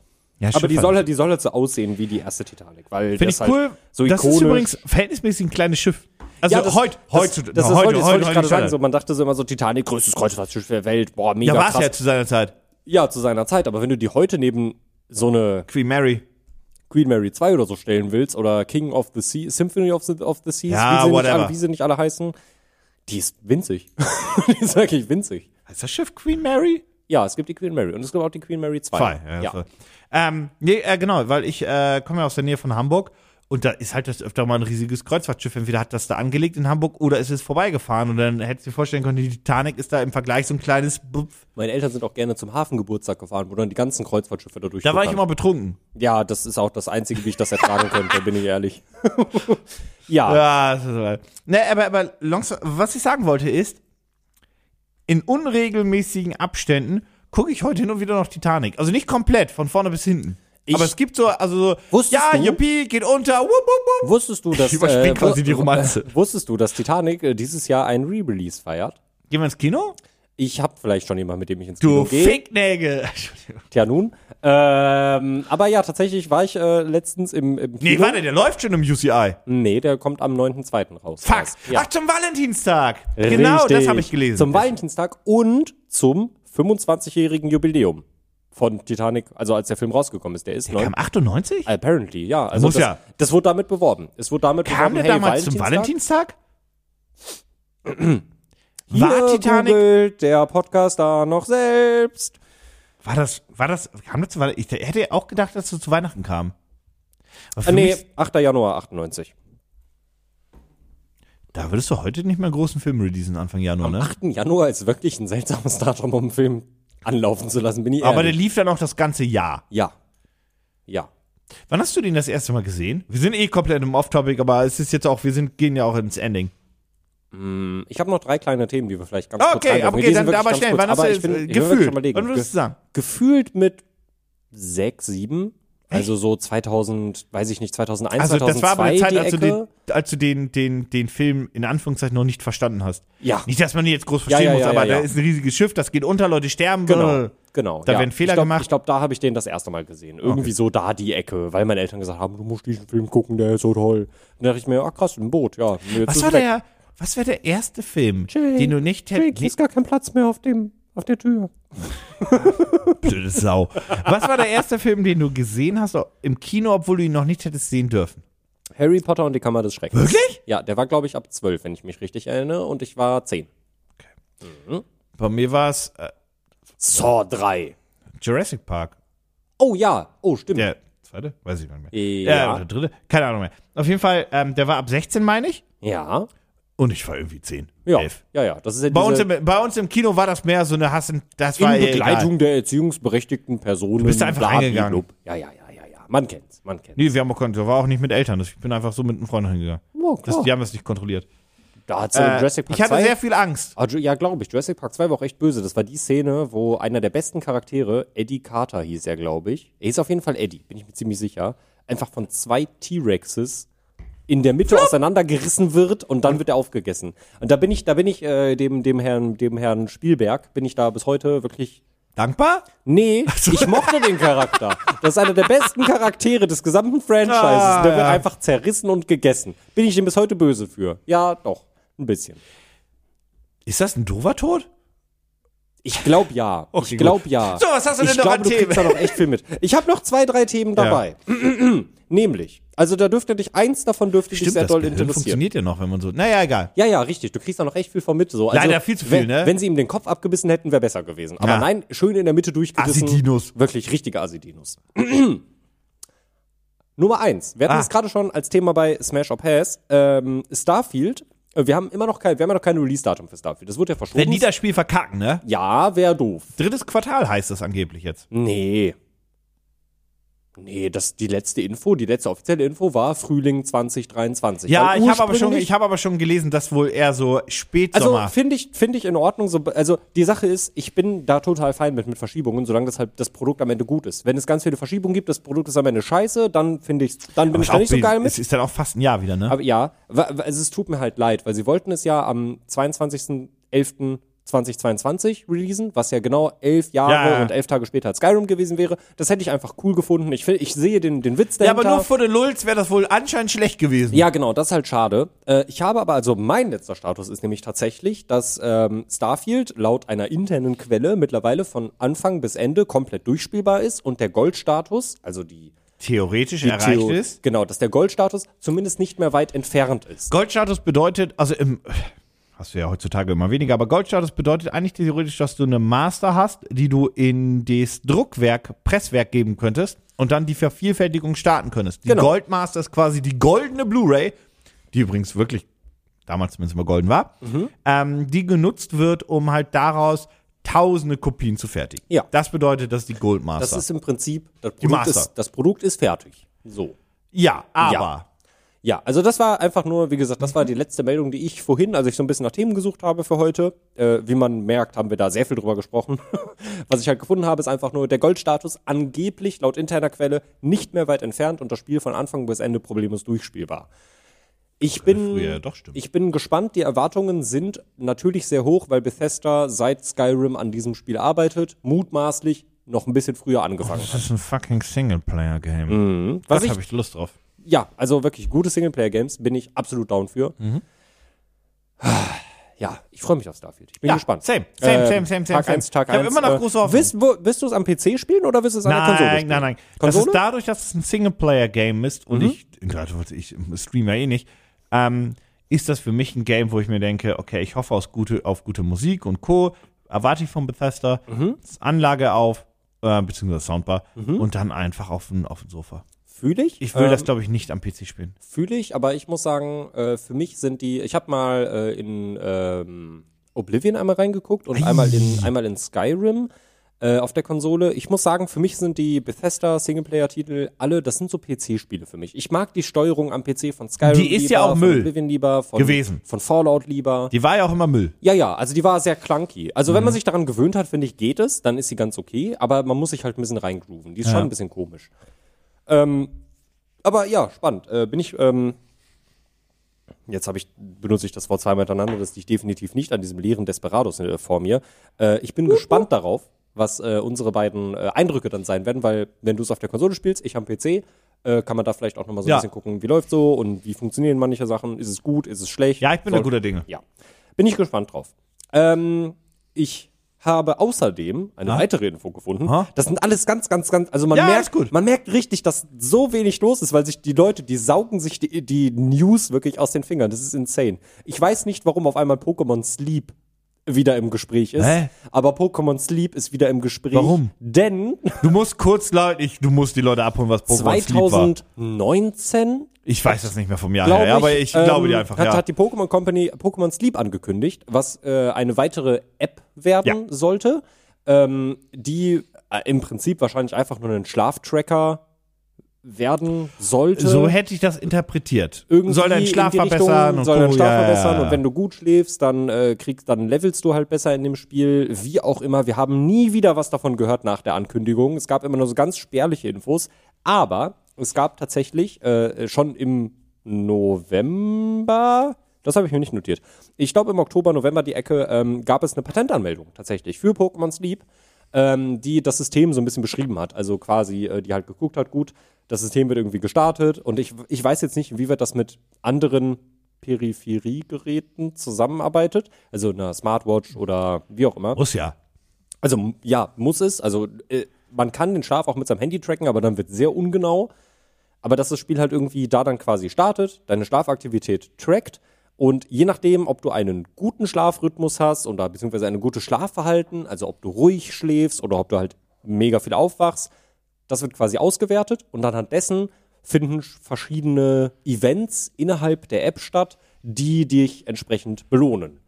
Ja, Aber die Schifffahrt. soll halt, die soll halt so aussehen wie die erste Titanic, weil Finde das ich halt cool. so das ikonisch. ist übrigens verhältnismäßig ein kleines Schiff. Also ja, das, heute, das, heute, das, das ist heute, heute, das wollte ich gerade sagen. Standard. So, man dachte so immer so Titanic, größtes Kreuzfahrtschiff der Welt, boah, mega ja, war es krass. ja zu seiner Zeit. Ja, zu seiner Zeit. Aber wenn du die heute neben so eine Queen Mary. Queen Mary 2 oder so stellen willst oder King of the Sea, Symphony of the, of the Seas, Ja, wie, sie nicht whatever. alle, wie sie nicht alle heißen, die ist winzig. <laughs> die ist wirklich winzig. Heißt das Schiff Queen Mary? Ja, es gibt die Queen Mary und es gibt auch die Queen Mary 2. Zwei. Ja, so. Ähm, nee, äh, genau, weil ich äh, komme ja aus der Nähe von Hamburg und da ist halt das öfter mal ein riesiges Kreuzfahrtschiff. Entweder hat das da angelegt in Hamburg oder ist es vorbeigefahren und dann hättest du dir vorstellen können, die Titanic ist da im Vergleich so ein kleines. Bupf. Meine Eltern sind auch gerne zum Hafengeburtstag gefahren, wo dann die ganzen Kreuzfahrtschiffe da durch. Da war ich immer betrunken. Ja, das ist auch das Einzige, wie ich das ertragen könnte, bin ich ehrlich. <laughs> ja, Ja, das ist geil. Ne, aber, aber long story- was ich sagen wollte ist, in unregelmäßigen Abständen gucke ich heute hin und wieder noch Titanic. Also nicht komplett, von vorne bis hinten. Ich- aber es gibt so, also so, Wusstest ja, du- Yuppie, geht unter, wupp, wupp, wupp. wusstest du, dass Ich überspringe äh, quasi wu- die Romanze. <laughs> Wusstest du, dass Titanic äh, dieses Jahr einen Re-Release feiert? Gehen wir ins Kino? Ich habe vielleicht schon jemanden, mit dem ich ins Du Kino gehe. <laughs> Ficknägel. Entschuldigung. Tja nun. Ähm, aber ja, tatsächlich war ich äh, letztens im, im Nee, Kino. warte, der läuft schon im UCI. Nee, der kommt am 9.2. raus. Also, Fuck. Ja. Ach, zum Valentinstag. Genau, das Richtig. habe ich gelesen. Zum Valentinstag und zum 25-jährigen Jubiläum von Titanic, also als der Film rausgekommen ist. Der ist neu. Kam 98? Apparently, ja. Also Muss das, ja. das wurde damit beworben. Es wurde damit Kam beworben, der hey, damals zum Valentinstag? Valentinstag? <clears throat> Hier War Titanic googelt der Podcast da noch selbst. War das, war das, kam das zu Weihnachten? Ich hätte auch gedacht, dass das zu Weihnachten kam. Aber für Äh, nee, mich, 8. Januar 98. da würdest du heute nicht mehr einen großen Film releasen Anfang Januar, ne? 8. Januar ist wirklich ein seltsames Datum, um einen Film anlaufen zu lassen, bin ich Aber der ehrlich. lief dann auch das ganze Jahr. Ja. Ja. Wann hast du den das erste Mal gesehen? Wir sind eh komplett im Off-Topic, aber es ist jetzt auch, wir sind, gehen ja auch ins Ending. Ich habe noch drei kleine Themen, die wir vielleicht ganz kurz Okay, anwerfen. aber Die okay, sind dann wirklich aber ganz schnell. kurz, Wann hast aber du ich bin, äh, ich bin wirklich gefühlt? am überlegen. Wann würdest du sagen? gefühlt mit sechs, sieben, also so 2000, weiß ich nicht, 2001, Also, das 2002 war aber eine Zeit, die als du, den, Ecke. als du den, den, den Film in Anführungszeichen noch nicht verstanden hast. Ja. Nicht, dass man ihn jetzt groß verstehen ja, muss, ja, aber ja, da ja. ist ein riesiges Schiff, das geht unter, Leute sterben. Genau, genau. Äh, Da ja. werden Fehler ich glaub, gemacht. Ich glaube, da habe ich den das erste Mal gesehen. Irgendwie so da die Ecke, weil meine Eltern gesagt haben, du musst diesen Film gucken, der ist so toll. Und da dachte ich mir, ach krass, ein Boot, ja. Jetzt Was ist war weg. der, was wäre der erste Film, Jake, den du nicht Jake, hier hättest? ist gar kein Platz mehr auf dem, auf der Tür. Blöde Sau. Was war der erste Film, den du gesehen hast au- im Kino, obwohl du ihn noch nicht hättest sehen dürfen? Harry Potter und die Kammer des Schreckens. Wirklich? Ja, der war, glaube ich, ab zwölf, wenn ich mich richtig erinnere, und ich war zehn. Bei mir war es äh, Saw 3. Jurassic Park. Oh ja, oh stimmt. Der zweite? Weiß ich gar nicht mehr. Ja. Äh, oder dritte? Keine Ahnung mehr. Auf jeden Fall, ähm, der war ab 16, meine ich. Ja. Und ich war irgendwie 10, Ja, 11. ja, ja. Das ist ja Bei uns, diese im, bei uns im Kino war das mehr so eine Hassen. Das war in ihr Begleitung Egal. der erziehungsberechtigten Personen. Du bist da einfach reingegangen. Ja, ja, ja, ja, ja. Man kennt's, man kennt's. Nee, wir haben auch, keinen- der war auch nicht mit Eltern. Ich bin einfach so mit einem Freund hingegangen. Oh, Das, klar. die haben das nicht kontrolliert. da hat's Äh, äh, Jurassic Park ich hatte 2. sehr viel Angst. Ah, Ju- ja, glaube ich. Jurassic Park 2 war auch echt böse. Das war die Szene, wo einer der besten Charaktere, Eddie Carter hieß er, glaube ich. Er hieß auf jeden Fall Eddie, bin ich mir ziemlich sicher. Einfach von zwei T-Rexes in der Mitte auseinandergerissen wird und dann wird er aufgegessen. Und da bin ich, da bin ich äh, dem, dem Herrn, dem Herrn Spielberg, bin ich da bis heute wirklich Dankbar? Nee, ich mochte den Charakter. Das ist einer der besten Charaktere des gesamten Franchises. Ah, der wird ja. einfach zerrissen und gegessen. Bin ich dem bis heute böse für? Ja, doch. Ein bisschen. Ist das ein doofer Tod? Ich glaube ja. Okay, ich glaube gut. ja. So, was hast du ich denn noch glaube, an du kriegst Themen? da noch echt viel mit. Ich habe noch zwei, drei Themen dabei. <clears throat> Nämlich, Also da dürfte dich, eins davon dürfte dich Stimmt, sehr das doll Gehirn interessieren. funktioniert ja noch, wenn man so. Naja, egal. Ja, ja, richtig. Du kriegst da noch echt viel von mit. So. Also, Leider viel zu viel, wenn, ne? Wenn sie ihm den Kopf abgebissen hätten, wäre besser gewesen. Aber Ja. nein, schön in der Mitte durchgebissen. Asidinus. Wirklich richtige Asidinus. <clears throat> Nummer eins. Wir hatten Ah. es gerade schon als Thema bei Smash or Pass. Ähm, Starfield. Äh, Wir haben immer noch kein, wir haben ja noch kein Release-Datum für Starfield. Das wurde ja Wenn verschoben. die das Spiel verkacken, ne? Ja, wäre doof. Drittes Quartal heißt das angeblich jetzt. Nee. Nee, das, die letzte Info, die letzte offizielle Info war Frühling 2023. Ja, Weil ich habe aber, schon- ursprünglich- ich hab aber schon gelesen, dass wohl eher so Also Spätsommer. finde ich, finde ich in Ordnung. So, also die Sache ist, ich bin da total fein mit, mit Verschiebungen, solange das halt das Produkt am Ende gut ist. Wenn es ganz viele Verschiebungen gibt, das Produkt ist am Ende scheiße, dann finde ich, dann bin ich da Auch nicht so wie- geil Es mit. ist dann auch fast ein Jahr wieder, ne? Aber ja, wa- wa- also es tut mir halt leid, weil sie wollten es ja am 22.11.2022 releasen, was ja genau elf Jahre Ja, ja. und elf Tage später als Skyrim gewesen wäre. Das hätte ich einfach cool gefunden. Ich, find, ich sehe den, den Witz ja, dahinter. aber nur für den Lulz wäre das wohl anscheinend schlecht gewesen. Ja, genau, das ist halt schade. Äh, ich habe aber, also mein letzter Status ist nämlich tatsächlich, dass ähm, Starfield laut einer internen Quelle mittlerweile von Anfang bis Ende komplett durchspielbar ist und der Goldstatus, also die, Theoretisch die erreicht Theo- ist. Genau, dass der Goldstatus zumindest nicht mehr weit entfernt ist. Goldstatus bedeutet, also im. Hast du ja heutzutage immer weniger, aber Goldstatus bedeutet eigentlich theoretisch, dass du eine Master hast, die du in das Druckwerk, Presswerk geben könntest und dann die Vervielfältigung starten könntest. Die Genau. Goldmaster ist quasi die goldene Blu-ray, die übrigens wirklich damals zumindest immer golden war, Mhm. ähm, die genutzt wird, um halt daraus tausende Kopien zu fertigen. Ja. Das bedeutet, dass die Goldmaster. Das ist im Prinzip, das Die Produkt Master. ist, das Produkt ist fertig. So. ja, aber. Ja. Ja, also das war einfach nur, wie gesagt, das war die letzte Meldung, die ich vorhin, als ich so ein bisschen nach Themen gesucht habe für heute. Äh, wie man merkt, haben wir da sehr viel drüber gesprochen. <laughs> Was ich halt gefunden habe, ist einfach nur der Goldstatus angeblich laut interner Quelle nicht mehr weit entfernt und das Spiel von Anfang bis Ende problemlos durchspielbar. Ich bin, Äh, früher ja doch stimmt. ich bin gespannt. Die Erwartungen sind natürlich sehr hoch, weil Bethesda seit Skyrim an diesem Spiel arbeitet, mutmaßlich noch ein bisschen früher angefangen hat. Das ist ein fucking Singleplayer-Game. Mhm. Was Was ich habe ich Lust drauf? ja, also wirklich gute Singleplayer-Games bin ich absolut down für. Mhm. Ja, ich freue mich auf Starfield. Ich bin Ja, gespannt. Ähm, same, same, same, same, same, Tag same. 1, Tag Ich hab 1. immer noch große Hoffnung. Wirst, wo- wirst du es am PC spielen oder wirst du es an der Konsole Nein, spielen? nein, nein. Konsole? Das Mhm. ist dadurch, dass es ein Singleplayer-Game ist und ich, gerade wollte ich stream ja eh nicht, ähm, ist das für mich ein Game, wo ich mir denke, okay, ich hoffe aus gute, auf gute Musik und Co. Erwarte ich von Bethesda, Mhm. das Anlage auf, äh, beziehungsweise Soundbar und dann einfach auf dem auf dem Sofa. Fühle ich. Ich will Mhm. Ähm, das, glaube ich, nicht am PC spielen. fühle ich, aber ich muss sagen, äh, für mich sind die, ich habe mal äh, in ähm, Oblivion einmal reingeguckt und einmal in, einmal in Skyrim äh, auf der Konsole. Ich muss sagen, für mich sind die Bethesda Singleplayer-Titel alle, das sind so PC-Spiele für mich. Ich mag die Steuerung am PC von Skyrim Die ist lieber, ja auch von Müll Oblivion lieber, von, gewesen. von Fallout lieber. Die war ja auch immer Müll. Ja, ja, also die war sehr clunky. Also wenn man Mhm. sich daran gewöhnt hat, finde ich, geht es, dann ist sie ganz okay, aber man muss sich halt ein bisschen reingrooven. Die ist schon ein bisschen komisch. Ähm, aber ja, spannend. Äh, bin ich, ähm, jetzt habe ich, benutze ich das Wort zweimal hintereinander, das liegt definitiv nicht an diesem leeren Desperados äh, vor mir. Äh, ich bin gespannt darauf, was äh, unsere beiden äh, Eindrücke dann sein werden, weil wenn du es auf der Konsole spielst, ich am PC, äh, kann man da vielleicht auch nochmal so Ja. ein bisschen gucken, wie läuft so und wie funktionieren manche Sachen, ist es gut, ist es schlecht. Ja, ich bin da Soll- guter Dinge. ja. Bin ich gespannt drauf. Ähm, ich habe außerdem eine weitere Info gefunden. Aha. Das sind alles ganz, ganz, ganz, also man Ja, merkt, ist gut. man merkt richtig, dass so wenig los ist, weil sich die Leute, die saugen sich die, die News wirklich aus den Fingern. Das ist insane. Ich weiß nicht, warum auf einmal Pokémon Sleep wieder im Gespräch ist, Hä? aber Pokémon Sleep ist wieder im Gespräch. Warum? Denn Du musst kurz, Leute, ich, du musst die Leute abholen, was Pokémon Sleep war. 2019 Ich weiß das nicht mehr vom Jahr glaub her, aber ich glaube ähm, dir einfach, hat, ja. hat die Pokémon Company Pokémon Sleep angekündigt, was äh, eine weitere App werden sollte, ähm, die äh, im Prinzip wahrscheinlich einfach nur einen Schlaftracker werden sollte. so hätte ich das interpretiert. Irgendwie soll deinen Schlaf in die verbessern Richtung, und soll deinen Co. Schlaf Ja, ja, verbessern ja. und wenn du gut schläfst, dann äh, kriegst, dann levelst du halt besser in dem Spiel, wie auch immer. Wir haben nie wieder was davon gehört nach der Ankündigung. Es gab immer nur so ganz spärliche Infos, aber es gab tatsächlich äh, schon im November, das habe ich mir nicht notiert. Ich glaube im Oktober, November die Ecke ähm, gab es eine Patentanmeldung tatsächlich für Pokémon Sleep ähm, die das System so ein bisschen beschrieben hat. Also quasi, äh, die halt geguckt hat, gut, das System wird irgendwie gestartet und ich, ich weiß jetzt nicht, inwieweit das mit anderen Peripheriegeräten zusammenarbeitet, also einer Smartwatch oder wie auch immer. Muss ja. Also m- ja, muss es. Also äh, man kann den Schlaf auch mit seinem Handy tracken, aber dann wird sehr ungenau. aber dass das Spiel halt irgendwie da dann quasi startet, deine Schlafaktivität trackt und je nachdem, ob du einen guten Schlafrhythmus hast oder beziehungsweise ein gutes Schlafverhalten, also ob du ruhig schläfst oder ob du halt mega viel aufwachst, das wird quasi ausgewertet und anhand dessen finden sch- verschiedene Events innerhalb der App statt, die dich entsprechend belohnen.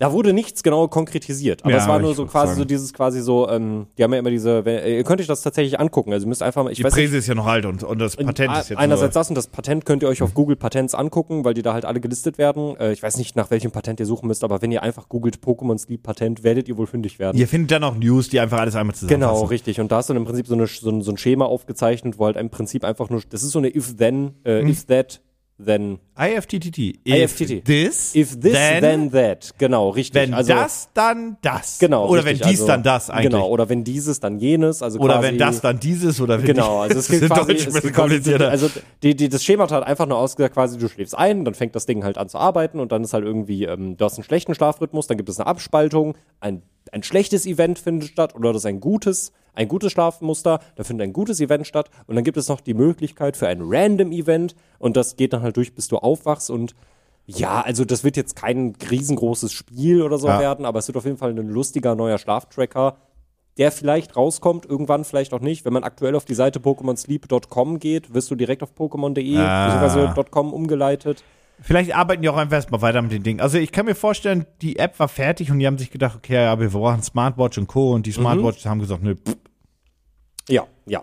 Da wurde nichts genau konkretisiert, aber Ja, es war nur ich so würd quasi sagen. so dieses quasi so, ähm, die haben ja immer diese, wenn- ihr könnt euch das tatsächlich angucken, also ihr müsst einfach mal, ich Die weiß nicht, Präse ist ja noch alt und, und das Patent ist jetzt einerseits nur, das und das Patent könnt ihr euch auf Google Patents angucken, weil die da halt alle gelistet werden. Äh, ich weiß nicht, nach welchem Patent ihr suchen müsst, aber wenn ihr einfach googelt Pokémon Sleep Patent, werdet ihr wohl fündig werden. Ihr findet dann auch News, die einfach alles einmal Genau, zusammenfassen. richtig. Und da hast du dann im Prinzip so, eine, so, ein, so ein Schema aufgezeichnet, wo halt im Prinzip einfach nur, das ist so eine if-then, äh, Hm. if-that, then, IFTTT. IFTTT. This, if this, then, that. Genau, richtig. Wenn also, das, dann das. genau. Oder richtig, wenn dies, also, dann das eigentlich. Genau, oder wenn dieses, dann jenes. Also Oder quasi, wenn das, dann dieses. Oder wenn Genau, dies- also <laughs> das es ist gibt in quasi, Deutsch ein es bisschen gibt quasi komplizierter. also die, die, das Schema hat halt einfach nur ausgesagt, quasi du schläfst ein, dann fängt das Ding halt an zu arbeiten und dann ist halt irgendwie, ähm, du hast einen schlechten Schlafrhythmus, dann gibt es eine Abspaltung, ein, ein schlechtes Event findet statt oder das ist ein gutes, ein gutes Schlafmuster, da findet ein gutes Event statt und dann gibt es noch die Möglichkeit für ein random Event und das geht dann halt durch, bis du aufwachst und ja, also das wird jetzt kein riesengroßes Spiel oder so Ja. werden, aber es wird auf jeden Fall ein lustiger neuer Schlaftracker, der vielleicht rauskommt, irgendwann vielleicht auch nicht. Wenn man aktuell auf die Seite pokemonsleep.com geht, wirst du direkt auf pokemon.de Ah. bzw. .com umgeleitet. Vielleicht arbeiten die auch einfach erstmal weiter mit den Dingen. Also ich kann mir vorstellen, die App war fertig und die haben sich gedacht, okay, ja, wir brauchen Smartwatch und Co. Mhm. Und die Smartwatches haben gesagt, nö, pff, Ja, ja.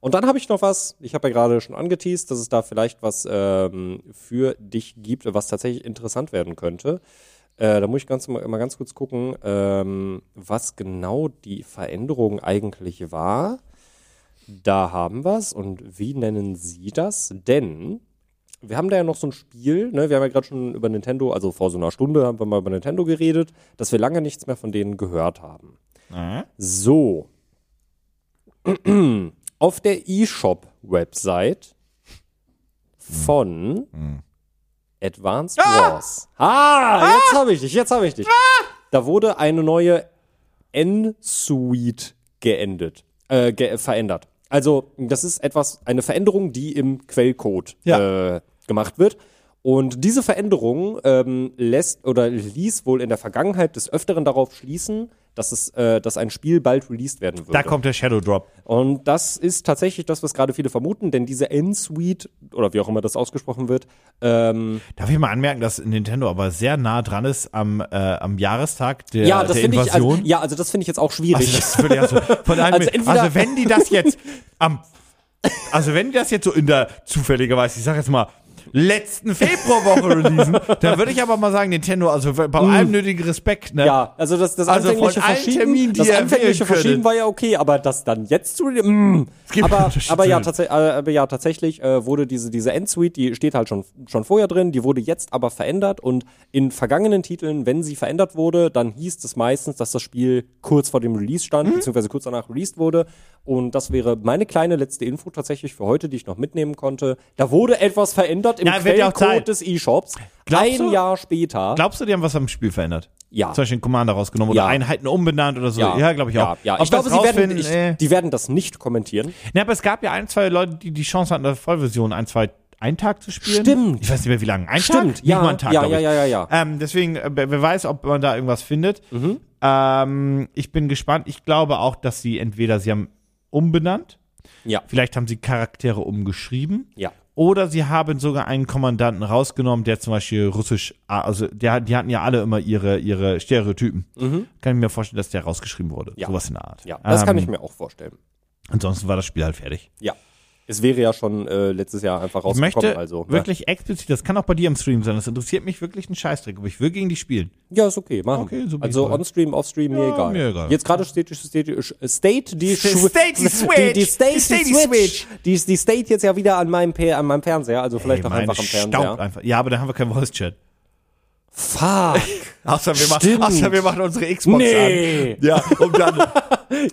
Und dann habe ich noch was, ich habe ja gerade schon angeteased, dass es da vielleicht was ähm, für dich gibt, was tatsächlich interessant werden könnte. Äh, da muss ich ganz, mal mal ganz kurz gucken, ähm, was genau die Veränderung eigentlich war. Da haben wir es. Und wie nennen Sie das? Denn wir haben da ja noch so ein Spiel, ne? wir haben ja gerade schon über Nintendo, also vor so einer Stunde haben wir mal über Nintendo geredet, dass wir lange nichts mehr von denen gehört haben. So. <clears throat> Auf der eShop-Website von Advanced Wars. Ah, jetzt habe ich dich, jetzt habe ich dich. Da wurde eine neue N-Suite geendet, äh, ge verändert. Also, das ist etwas, eine Veränderung, die im Quellcode äh, gemacht wird. Und diese Veränderung ähm, lässt oder ließ wohl in der Vergangenheit des Öfteren darauf schließen, dass, es, äh, dass ein Spiel bald released werden würde. da kommt der Shadow Drop. Und das ist tatsächlich das, was gerade viele vermuten, denn diese N-Suite, oder wie auch immer das ausgesprochen wird, ähm, Darf ich mal anmerken, dass Nintendo aber sehr nah dran ist am, äh, am Jahrestag der, ja, das der finde ich, Invasion? <laughs> also, ja, also das finde ich jetzt auch schwierig. Also, das würde ja so von einem Also also, entweder- also wenn die das jetzt am also wenn die das jetzt so in der zufälligerweise, ich sag jetzt mal letzten Februarwoche <laughs> releasen, dann würde ich aber mal sagen Nintendo, also bei allem nötigen Respekt, ne? Mm. Ja, also das, das Also von anfängliche allen Verschieben, Terminen, die das ihr anfängliche wählen könntet. Verschieben war ja okay, aber das dann jetzt zu, mm. gibt aber, Unterschiede. aber ja, tatsächlich, aber ja, tatsächlich äh, wurde diese, diese Endsuite, die steht halt schon, schon vorher drin, die wurde jetzt aber verändert und in vergangenen Titeln, wenn sie verändert wurde, dann hieß es meistens, dass das Spiel kurz vor dem Release stand, Mhm. beziehungsweise kurz danach released wurde und das wäre meine kleine letzte Info tatsächlich für heute, die ich noch mitnehmen konnte. Da wurde etwas verändert im Ja, wird ja auch Quellcode Zeit. des E-Shops. Glaubst Ein du? Jahr später. Glaubst du, die haben was am Spiel verändert? Ja. Zum Beispiel einen Commander rausgenommen oder Ja. Einheiten umbenannt oder so. Ja, glaube ich auch. Ja, ja. Ob Ich glaube, das sie werden, rausfinden, ich, äh, die werden das nicht kommentieren. Ne, aber es gab ja ein, zwei Leute, die die Chance hatten, eine Vollversion ein, zwei, einen Tag zu spielen. Stimmt. Ich weiß nicht mehr, wie lange. Ein Stimmt, Tag? ja, Nicht mal einen Tag, ja, glaub ich. ja, ja, Mhm. ja, Ähm, deswegen, äh, wer wer weiß, ob man da irgendwas findet. Ähm, ich bin gespannt. Ich glaube auch, dass sie entweder, sie haben umbenannt, Ja, vielleicht haben sie Charaktere umgeschrieben. ja. Oder sie haben sogar einen Kommandanten rausgenommen, der zum Beispiel russisch, also der, die hatten ja alle immer ihre, ihre Stereotypen. Kann ich mir vorstellen, dass der rausgeschrieben wurde. Mhm. Ja. Sowas in der Art. Ja, das kann Ähm, ich mir auch vorstellen. Ansonsten war das Spiel halt fertig. Ja. Es wäre ja schon äh, letztes Jahr einfach Ich rausgekommen. möchte also, wirklich explizit, das kann auch bei dir im Stream sein, das interessiert mich wirklich einen Scheißdreck, aber ich will gegen die spielen. Ja, ist okay, machen. Okay, wir. so bin also ich voll. on-stream, off-stream, mir, Ja, egal. mir egal. Jetzt gerade steht, steht, State die State Schwi- die Switch. Die, die State die, State die Switch. Switch. Die, die State jetzt ja wieder an meinem, P- an meinem Fernseher, also vielleicht Ey, auch meine einfach am staubt Fernseher. einfach. Ja, aber da haben wir keinen Voice-Chat. Fuck. Außer wir, machen, Stimmt. außer wir machen unsere Xbox Nee. an. Ja, und <laughs> dann.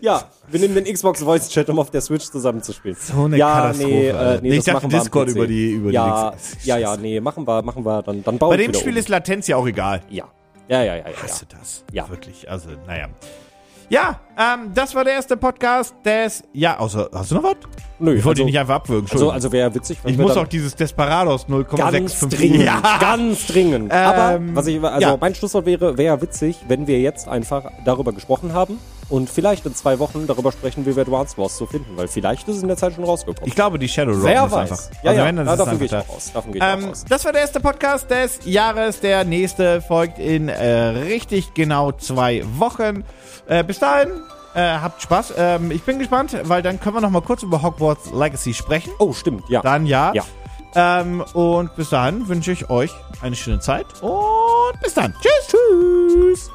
Ja, wir nehmen den Xbox Voice Chat, um auf der Switch zusammenzuspielen. So eine ja, Katastrophe, Nee, äh, Alter. Nee, nee, ich das dachte, machen wir am Discord PC. über die- über die ja, Links. ja, ja, nee, machen wir, machen wir, dann, dann bauen Bei wir dem wieder Spiel um. ist Latenz ja auch egal. ja. Ja, ja, ja, ja. ja. Hast du das? Ja. Wirklich, also, naja. Ja, ähm, das war der erste Podcast des. Ja, außer. Hast du noch was? Nö, Ich wollte dich also- nicht einfach abwürgen. Also, Entschuldigung. also wäre witzig, wenn ich wir muss dann- auch dieses Desperados 0,65. ganz <laughs> dringend, ganz dringend. Aber Ähm, was ich, also ja. mein Schlusswort wäre, wäre witzig, wenn wir jetzt einfach darüber gesprochen haben und vielleicht in zwei Wochen darüber sprechen, wie wir Advance Wars zu finden, weil vielleicht ist es in der Zeit schon rausgekommen. Ich glaube, die Shadow Rock Wer ist weiß. einfach. Also Ja, ja, wenn, dann na, ist es davon einfach gehe ich da. auch aus. Davon gehe ich auch Ähm, aus. das war der erste Podcast des Jahres. Der nächste folgt in äh, richtig genau zwei Wochen. Äh, bis dahin, äh, habt Spaß. Ähm, ich bin gespannt, weil dann können wir noch mal kurz über Hogwarts Legacy sprechen. Oh, stimmt, ja. Dann ja. Ja. Ähm, und bis dahin wünsche ich euch eine schöne Zeit und bis dann. Tschüss. Tschüss.